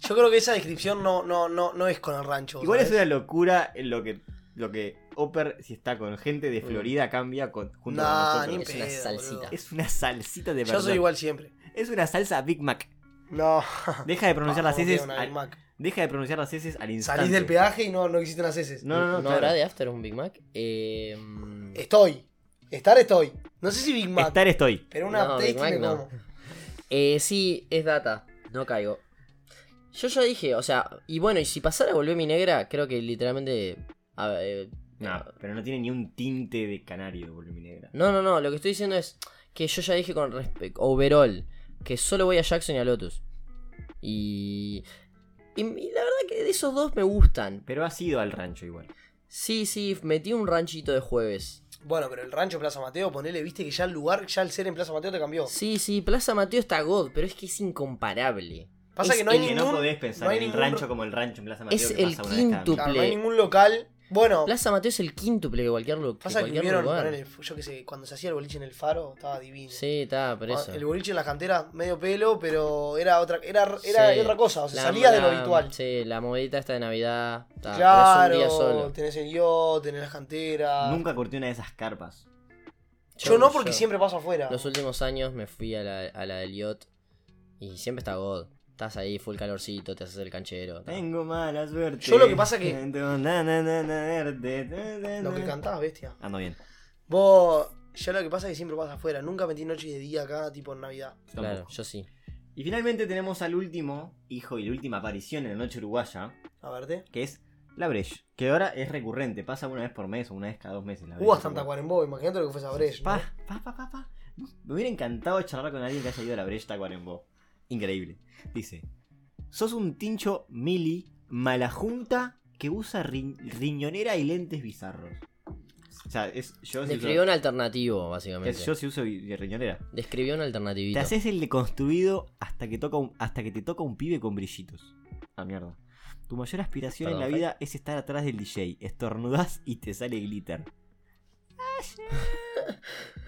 Speaker 4: yo creo que esa descripción no, no, no, no es con el rancho.
Speaker 3: Igual es
Speaker 4: ¿sabes?
Speaker 3: una locura en lo que. Lo que Oper, si está con gente de Florida, cambia con, junto con
Speaker 4: Nah,
Speaker 3: nosotros.
Speaker 4: ni en
Speaker 1: es una
Speaker 4: pedo,
Speaker 1: salsita.
Speaker 4: boludo.
Speaker 3: Es una salsita de verdad.
Speaker 4: Yo soy igual siempre.
Speaker 3: Es una salsa Big Mac.
Speaker 4: No.
Speaker 3: Deja de pronunciar las
Speaker 4: Vamos,
Speaker 3: heces.
Speaker 4: tío, Ah, una Big
Speaker 3: al-
Speaker 4: Mac.
Speaker 3: Deja de pronunciar las heces al instante.
Speaker 4: Salís del peaje y no, no existen las heces.
Speaker 3: No, no, no. claro.
Speaker 1: habrá de After un Big Mac? Eh, mm,
Speaker 4: Estoy. Estar estoy. No sé si Big Mac,
Speaker 3: Estar estoy.
Speaker 4: pero una
Speaker 1: No,
Speaker 4: tasty
Speaker 1: Big Mac
Speaker 4: me
Speaker 1: no.
Speaker 4: como.
Speaker 1: eh, sí, es data. No caigo. Yo ya dije, o sea, y bueno, y si pasara volvió mi negra, creo que literalmente. a ver, eh,
Speaker 3: No, pero no tiene ni un tinte de canario, boludo, mi negra.
Speaker 1: no, no, no, lo que estoy diciendo es que yo ya dije con respecto. Overall, que solo voy a Jackson y a Lotus. Y. Y, y la verdad que de esos dos me gustan.
Speaker 3: Pero ha sido al rancho igual.
Speaker 1: Sí, sí, metí un ranchito de jueves.
Speaker 4: Bueno, pero el rancho Plaza Mateo, ponele, viste que ya el lugar, ya el ser en Plaza Mateo te cambió.
Speaker 1: Sí, sí, Plaza Mateo está God, pero es que es incomparable.
Speaker 4: Pasa
Speaker 1: Es
Speaker 4: que no hay
Speaker 1: el-
Speaker 3: Que
Speaker 4: ningún.
Speaker 3: no podés pensar
Speaker 4: no hay
Speaker 3: en el
Speaker 4: ningún-
Speaker 3: rancho como el rancho en Plaza Mateo
Speaker 1: Es
Speaker 3: que
Speaker 1: el
Speaker 3: pasa una vez cada
Speaker 1: quintuple.
Speaker 4: claro, no hay ningún local. Bueno,
Speaker 1: Plaza Mateo es el quíntuple que cualquier, lu- que
Speaker 4: pasa que
Speaker 1: cualquier
Speaker 4: vinieron,
Speaker 1: lugar.
Speaker 4: ponele, yo qué sé, cuando se hacía el boliche en el faro, estaba divino. Ah,
Speaker 1: Sí, está, pero eso.
Speaker 4: El boliche en las canteras, medio pelo, pero era otra, era, era
Speaker 1: Sí.
Speaker 4: otra cosa, o sea,
Speaker 1: La-
Speaker 4: salía de lo
Speaker 1: la-
Speaker 4: habitual.
Speaker 1: Sí, la movedita esta de Navidad. está,
Speaker 4: claro,
Speaker 1: pero es un día solo.
Speaker 4: tenés el yo, tenés las canteras.
Speaker 3: Nunca corté una de esas carpas.
Speaker 4: Yo no, porque siempre paso afuera.
Speaker 1: Los últimos años me fui a la, a la del yacht y siempre está God. Estás ahí, full calorcito, te haces el canchero. está.
Speaker 3: Tengo mala suerte.
Speaker 4: Yo lo que pasa que-
Speaker 3: Tengo na, na, na, na, verte, na, na,
Speaker 4: Lo que
Speaker 3: na.
Speaker 4: cantás, bestia.
Speaker 3: Ando bien.
Speaker 4: Vos, yo lo que pasa es que siempre paso afuera. Nunca metí noche y de día acá, tipo en Navidad.
Speaker 1: Claro,
Speaker 3: Tampoco.
Speaker 1: yo sí.
Speaker 3: Y finalmente tenemos al último hijo y la última aparición en la noche uruguaya,
Speaker 4: A verte.
Speaker 3: que es la Breche, que ahora es recurrente, pasa una vez por mes o una vez cada dos meses. La
Speaker 4: Hubo
Speaker 3: Breche,
Speaker 4: hasta
Speaker 3: como-
Speaker 4: Tacuarembó, imagínate lo que fue esa brecha. ¿no?
Speaker 3: Pa, pa, pa, pa, pa. Me hubiera encantado charlar con alguien que haya ido a la Breche Tacuarembó. Increíble. Dice: Sos un tincho mili malajunta que usa ri- riñonera y lentes bizarros. O sea, es, yo, si
Speaker 1: Describió
Speaker 3: uso,
Speaker 1: un alternativo, básicamente.
Speaker 3: es- yo si uso bi- riñonera.
Speaker 1: Describió un
Speaker 3: Te
Speaker 1: alternativito.
Speaker 3: haces el deconstruido hasta que, toca un- hasta que te toca un pibe con brillitos. Ah, mierda. Tu mayor aspiración en
Speaker 1: Perdón,
Speaker 3: la vida es estar atrás del DJ. Estornudás y te sale glitter.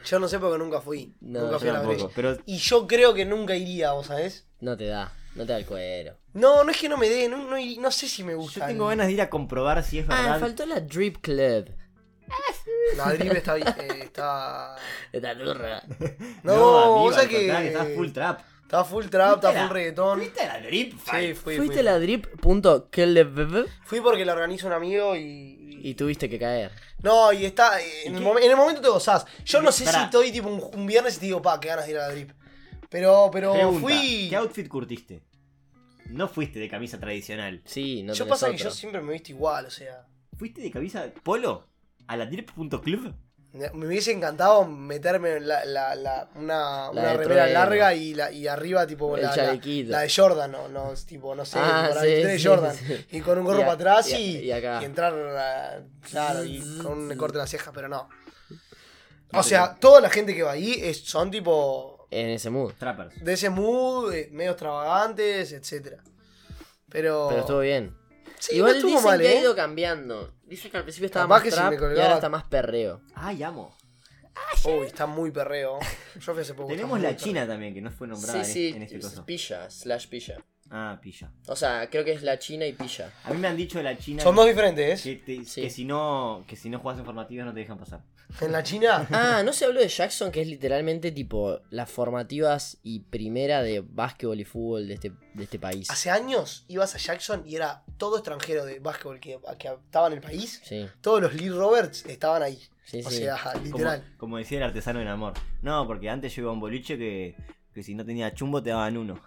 Speaker 4: Yo no sé porque nunca fui.
Speaker 1: No,
Speaker 4: nunca
Speaker 1: yo
Speaker 4: fui a la
Speaker 1: tampoco.
Speaker 4: brecha.
Speaker 3: pero
Speaker 4: Y yo creo que nunca iría, ¿vos sabés?
Speaker 1: No te da, no te da el cuero.
Speaker 4: No, no es que no me dé, no, no, ir- no sé si me gusta.
Speaker 3: yo tengo ganas de ir a comprobar si es
Speaker 1: Ah,
Speaker 3: verdad.
Speaker 1: faltó la Drip Club.
Speaker 4: La drible está. bien, eh, está...
Speaker 1: Esta turra.
Speaker 4: No,
Speaker 3: amigo,
Speaker 4: vos sabés
Speaker 3: al contrario,
Speaker 4: que.
Speaker 3: Estás full trap.
Speaker 4: Está full trap, está
Speaker 3: Fuiste
Speaker 4: full
Speaker 3: la-
Speaker 4: reggaetón.
Speaker 3: ¿Fuiste a la drip?
Speaker 4: Sí, fui,
Speaker 1: Fuiste
Speaker 4: fui.
Speaker 1: a la drip.club
Speaker 4: Fui porque la organiza un amigo y.
Speaker 1: y tuviste que caer.
Speaker 4: No, y está. eh,
Speaker 3: ¿Y
Speaker 4: En el,
Speaker 3: qué?
Speaker 4: momen- en el momento te gozás. Yo no sé
Speaker 3: Pará.
Speaker 4: si estoy tipo un, un viernes y te digo, pa, qué ganas de ir a la drip. Pero, pero
Speaker 3: Pregunta,
Speaker 4: fui.
Speaker 3: ¿Qué outfit curtiste? No fuiste de camisa tradicional.
Speaker 1: Sí, no
Speaker 4: yo
Speaker 1: tenés
Speaker 4: pasa que
Speaker 1: otro.
Speaker 4: yo siempre me he visto igual, o sea.
Speaker 3: ¿Fuiste de camisa polo? ¿A la drip.club?
Speaker 4: Me me hubiese encantado meterme en la, la- la- una,
Speaker 1: La
Speaker 4: una
Speaker 1: de
Speaker 4: remera
Speaker 1: trueno.
Speaker 4: larga y, la, y arriba, tipo,
Speaker 1: El
Speaker 4: la, la,
Speaker 1: chalequito.
Speaker 4: la de Jordan, no, no, es tipo, no sé,
Speaker 1: Ah,
Speaker 4: tipo, la
Speaker 1: sí,
Speaker 4: 23 de
Speaker 1: sí,
Speaker 4: Jordan.
Speaker 1: sí.
Speaker 4: Y con un
Speaker 1: Y
Speaker 4: gorro
Speaker 1: a-
Speaker 4: para atrás
Speaker 1: y
Speaker 4: y,
Speaker 1: a- y acá.
Speaker 4: y entrar, ah, claro, y con un corte en las cejas, pero no.
Speaker 3: No
Speaker 4: O
Speaker 3: te
Speaker 4: sea,
Speaker 3: creo.
Speaker 4: toda la gente que va ahí es- son tipo
Speaker 1: En ese mood.
Speaker 3: Trappers.
Speaker 4: de ese mood, eh, medio extravagantes, etcétera. Pero,
Speaker 1: Pero estuvo bien.
Speaker 4: sí, no
Speaker 1: Igual
Speaker 4: estuvo
Speaker 1: dicen
Speaker 4: mal,
Speaker 1: que
Speaker 4: ¿eh?
Speaker 1: ha ido cambiando. Dicen que al principio estaba
Speaker 4: Capaz
Speaker 1: más
Speaker 4: que si
Speaker 1: trap
Speaker 4: me
Speaker 1: y
Speaker 4: colgaba-
Speaker 1: ahora está más perreo.
Speaker 3: Ay, amo.
Speaker 4: Uy, está muy perreo. Yo fui hace poco. está
Speaker 3: Tenemos
Speaker 4: muy
Speaker 3: la
Speaker 4: perreo.
Speaker 3: China también, que no fue nombrada
Speaker 1: Sí,
Speaker 3: en-
Speaker 1: sí,
Speaker 3: en este coso.
Speaker 1: pilla, slash pilla.
Speaker 3: Ah, pilla.
Speaker 1: O sea, creo que es la china y pilla.
Speaker 3: A mí me han dicho de la China
Speaker 4: Son dos diferentes. ¿eh?
Speaker 3: que, te-
Speaker 1: Sí.
Speaker 3: que si no que si no juegas en formativas no te dejan pasar.
Speaker 4: En la China.
Speaker 1: Ah, no se habló de Jackson, que es literalmente tipo las formativas y primera de básquetbol y fútbol de este, de este país.
Speaker 4: Hace años ibas a Jackson y era todo extranjero de básquetbol que, que estaba en el país.
Speaker 1: Sí,
Speaker 4: Todos los Lee Roberts estaban ahí.
Speaker 1: sí,
Speaker 4: o
Speaker 1: sí.
Speaker 4: sea,
Speaker 3: Como,
Speaker 4: literal.
Speaker 3: como decía el artesano del amor. No, porque antes yo iba a un boliche que, que si no tenía chumbo te daban uno.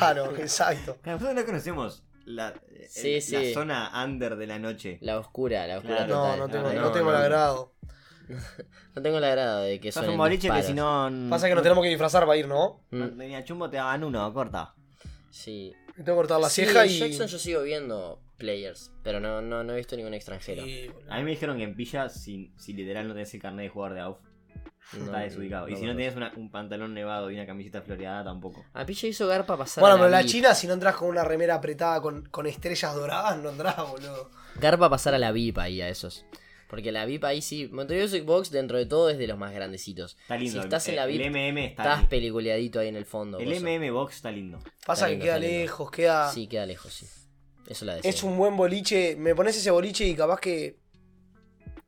Speaker 4: Claro, exacto.
Speaker 3: Claro, Nosotros no conocemos la,
Speaker 1: Sí,
Speaker 3: eh, la
Speaker 1: sí.
Speaker 3: zona under de la noche.
Speaker 1: La oscura, la oscura
Speaker 3: Claro. Ah,
Speaker 1: total.
Speaker 4: No, no tengo,
Speaker 3: no,
Speaker 4: no,
Speaker 3: no,
Speaker 4: tengo el
Speaker 3: no.
Speaker 4: agrado.
Speaker 1: No tengo la grada de que
Speaker 3: Sos
Speaker 1: son
Speaker 3: un boliche que si no.
Speaker 1: Mm.
Speaker 4: Pasa que nos tenemos que disfrazar para ir, ¿no?
Speaker 3: no tenía chumbo te daban uno, corta.
Speaker 1: Sí.
Speaker 4: Me tengo que cortar la
Speaker 1: Sí,
Speaker 4: ceja
Speaker 1: en
Speaker 4: y.
Speaker 1: Jackson yo sigo viendo players, pero no, no, no he visto ningún extranjero.
Speaker 4: y- boludo.
Speaker 3: A mí me dijeron que en Pilla, si, si literal no tenés el carnet de jugador de AUF,
Speaker 1: No,
Speaker 3: está desubicado. y
Speaker 1: no
Speaker 3: si no
Speaker 1: conozco.
Speaker 3: tenés una- un pantalón nevado y una camiseta floreada, tampoco.
Speaker 1: A Pilla hizo garpa pasar
Speaker 4: Bueno,
Speaker 1: a la
Speaker 4: pero la
Speaker 1: VIP.
Speaker 4: China, si no entras con una remera apretada con, con estrellas doradas, no entras, boludo.
Speaker 1: Garpa pasar a la VIP ahí a esos. Porque la VIP ahí sí, Montevideo Xbox dentro de todo es de los más grandecitos.
Speaker 3: Está lindo.
Speaker 1: Si estás en la
Speaker 3: el,
Speaker 1: VIP,
Speaker 3: el MM está.
Speaker 1: Estás peliculeadito ahí en el fondo.
Speaker 3: el
Speaker 1: coso.
Speaker 3: MM Box está lindo.
Speaker 1: Está
Speaker 4: Pasa que
Speaker 1: lindo,
Speaker 4: queda
Speaker 1: está lindo.
Speaker 4: lejos, queda.
Speaker 1: Sí, queda lejos, sí. Eso la deseo.
Speaker 4: es un buen boliche. Me pones ese boliche y capaz que.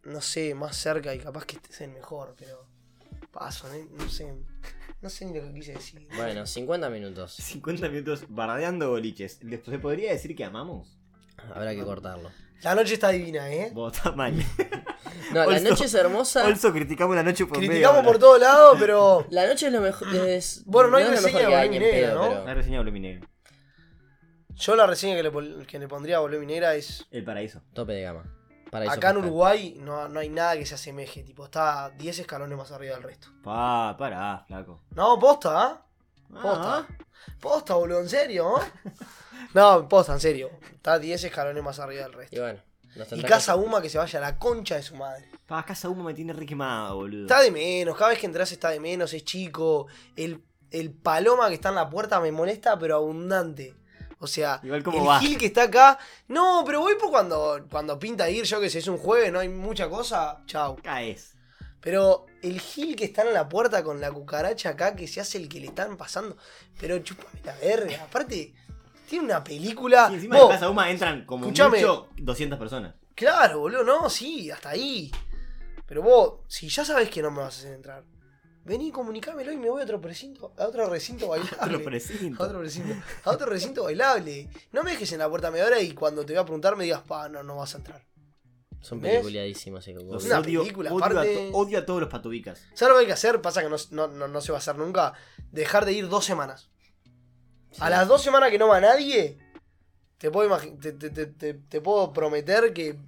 Speaker 4: No sé, más cerca y capaz que estés el mejor, pero. Paso, ¿eh? no sé. No sé ni lo que quise decir.
Speaker 1: Bueno, 50 minutos.
Speaker 3: 50 minutos bardeando boliches. ¿Les- ¿Se podría decir que amamos?
Speaker 1: Habrá que cortarlo.
Speaker 4: La noche está divina, ¿eh?
Speaker 3: Vota mal.
Speaker 1: No, la
Speaker 3: Also-
Speaker 1: noche es hermosa.
Speaker 3: Also criticamos la noche por
Speaker 4: Criticamos
Speaker 3: media
Speaker 4: por
Speaker 3: hora.
Speaker 4: todos lados, pero.
Speaker 1: La noche es lo mejor. es-
Speaker 4: Bueno, no hay
Speaker 1: es lo
Speaker 4: reseña
Speaker 1: mejor que
Speaker 4: de
Speaker 1: hay, ni en
Speaker 4: Blanquinegro,
Speaker 1: pedo,
Speaker 4: ¿no?
Speaker 1: pero-
Speaker 3: La reseña de Bluminegro.
Speaker 4: Yo la reseña que le, pon- que le pondría a Bolivia Negra es.
Speaker 3: El paraíso.
Speaker 6: Tope de gama. Paraíso
Speaker 4: Acá en
Speaker 6: fiscal.
Speaker 4: Uruguay no, no hay nada que se asemeje. Tipo, está 10 escalones más arriba del resto.
Speaker 3: Pa, pará, flaco.
Speaker 4: No, posta, ¿ah? Posta. Posta, boludo, en serio. ¿eh? no, posta, en serio. Está 10 escalones más arriba del
Speaker 6: Y
Speaker 4: resto.
Speaker 6: bueno, nos
Speaker 4: Y
Speaker 6: tendrá
Speaker 4: Casa Uma que se vaya a la concha de su madre.
Speaker 3: Pa, casa humo me tiene re quemado, boludo.
Speaker 4: Está de menos, cada vez que entras está de menos, es chico. El, el paloma que está en la puerta me molesta, pero abundante. O sea,
Speaker 3: Igual como
Speaker 4: el
Speaker 3: va.
Speaker 4: Gil que está acá. No, pero voy por cuando, cuando pinta ir, yo que sé, es un jueves, no hay mucha cosa. Chau.
Speaker 3: Caes.
Speaker 4: Pero el Gil que está en la puerta con la cucaracha acá, que se hace el que le están pasando. Pero chupame la verga. Aparte, tiene una película.
Speaker 3: Sí, encima
Speaker 4: Ah, Vos,
Speaker 3: de casa Uma entran como
Speaker 4: escuchame.
Speaker 3: mucho 200 personas.
Speaker 4: Claro, boludo, no, sí, hasta ahí. Pero vos, si ya sabés que no me vas a hacer entrar, vení, comunicámelo y me voy a otro precinto, a otro recinto
Speaker 3: Otro
Speaker 4: bailable.
Speaker 3: precinto.
Speaker 4: A Ah, otro recinto, a otro recinto bailable. No me dejes en la puerta media hora y cuando te voy a preguntar me digas, pa, no, no vas a entrar.
Speaker 6: Son
Speaker 4: ¿Ves?
Speaker 6: peliculeadísimos.
Speaker 1: eh,
Speaker 6: ese juego.
Speaker 3: Los
Speaker 4: Es una
Speaker 3: odio,
Speaker 4: película,
Speaker 3: odio,
Speaker 4: aparte-
Speaker 3: a to- odio a todos los patubicas.
Speaker 4: ¿Sabes lo que hay que hacer? Pasa que no, no- no- no se va a hacer nunca. Dejar de ir dos semanas. A las dos semanas que no va nadie, te puedo, imagi- te, te- te- te- te puedo prometer que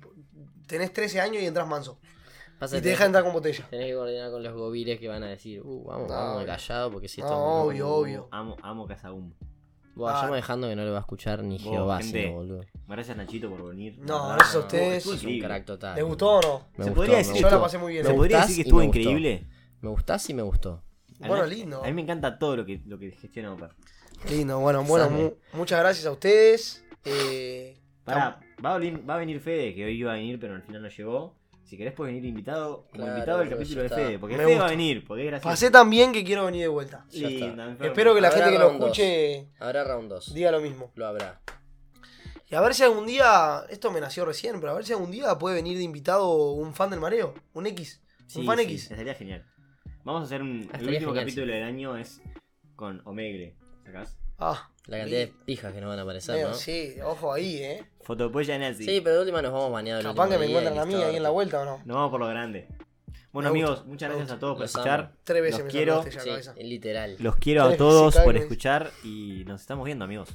Speaker 4: tenés 13 años y entras manso.
Speaker 6: Pasa
Speaker 4: Y
Speaker 6: que
Speaker 4: te dejan entrar con botella.
Speaker 6: Tenés que coordinar con los gobires que van a decir, uh, vamos,
Speaker 4: No,
Speaker 6: vamos
Speaker 4: obvio.
Speaker 6: callado porque si
Speaker 4: No,
Speaker 6: esto
Speaker 4: obvio, obvio.
Speaker 3: Amo, amo casa Uma.
Speaker 6: Bueno,
Speaker 4: Ah.
Speaker 6: yo me dejando que no lo va a escuchar ni
Speaker 3: Vos,
Speaker 6: Jehová,
Speaker 3: gente.
Speaker 6: sino, boludo.
Speaker 3: Gracias Nachito por venir.
Speaker 4: No,
Speaker 3: La verdad,
Speaker 4: gracias a
Speaker 3: estuvo-
Speaker 4: ustedes.
Speaker 3: estuvo
Speaker 6: Es un
Speaker 3: increíble.
Speaker 6: crack total.
Speaker 4: ¿Les gustó o no?
Speaker 6: Me
Speaker 3: Se
Speaker 6: gustó,
Speaker 3: podría
Speaker 6: me
Speaker 3: decir que
Speaker 4: Yo la
Speaker 6: gustó.
Speaker 4: pasé muy bien. eh.
Speaker 3: ¿Se
Speaker 6: Me
Speaker 3: podría
Speaker 6: gustás
Speaker 3: decir que
Speaker 6: y me
Speaker 3: estuvo
Speaker 6: gustó.
Speaker 3: increíble?
Speaker 6: Me gustás y me gustó.
Speaker 4: Bueno,
Speaker 3: Además,
Speaker 4: lindo.
Speaker 3: A mí me encanta todo lo que, lo que gestiona Opa.
Speaker 4: Lindo, bueno, bueno,
Speaker 6: Same.
Speaker 4: mu- muchas gracias a ustedes. Eh,
Speaker 3: Pará, va a, venir, va a venir Fede, que hoy iba a venir, pero al final no llegó. Si querés, puedes venir invitado, como
Speaker 6: Claro,
Speaker 3: invitado del
Speaker 6: boludo,
Speaker 3: capítulo de
Speaker 6: ya
Speaker 3: Fede,
Speaker 6: está.
Speaker 3: porque
Speaker 4: Me
Speaker 3: Fede va a
Speaker 4: gusta.
Speaker 3: venir, porque es gracioso.
Speaker 4: pasé tan bien que quiero venir de vuelta.
Speaker 6: Ya está.
Speaker 3: Linda, enfermo.
Speaker 4: Espero que la
Speaker 6: Habrá
Speaker 4: gente que lo
Speaker 6: round dos.
Speaker 4: escuche
Speaker 6: Habrá round 2.
Speaker 4: diga lo mismo.
Speaker 6: Lo habrá.
Speaker 4: Y a ver si algún día, esto me nació recién, pero a ver si algún día puede venir de invitado un fan del mareo, un X,
Speaker 3: Sí,
Speaker 4: un fan
Speaker 3: sí,
Speaker 4: X.
Speaker 3: Estaría genial. Vamos a hacer un. el
Speaker 6: Estaría
Speaker 3: último
Speaker 6: genial,
Speaker 3: capítulo del año es con Omegle. ¿Sacás?
Speaker 4: Ah,
Speaker 6: La cantidad de
Speaker 4: Bien.
Speaker 6: pijas que nos van a aparecer,
Speaker 4: Leo,
Speaker 6: ¿no? Sí.
Speaker 4: sí, ojo ahí, eh.
Speaker 3: Fotopolla Nazi.
Speaker 6: pero de última nos vamos mañana. el
Speaker 4: Capaz
Speaker 6: último
Speaker 4: que me
Speaker 6: día
Speaker 4: encuentran
Speaker 6: y
Speaker 4: a mí ahí en la
Speaker 6: listo.
Speaker 4: vuelta o no.
Speaker 3: Nos vamos por lo grande. Bueno,
Speaker 4: Me
Speaker 3: amigos,
Speaker 4: gusta,
Speaker 3: muchas
Speaker 4: me
Speaker 3: gracias a todos por
Speaker 6: Los
Speaker 3: escuchar.
Speaker 6: amo.
Speaker 4: Tres veces
Speaker 3: Los
Speaker 4: me
Speaker 3: quiero,
Speaker 4: sacaste ya la cabeza.
Speaker 6: Sí, literal.
Speaker 3: Los quiero a
Speaker 4: Tres,
Speaker 3: todos
Speaker 4: sí,
Speaker 3: por
Speaker 4: caen.
Speaker 3: escuchar y nos estamos viendo, amigos.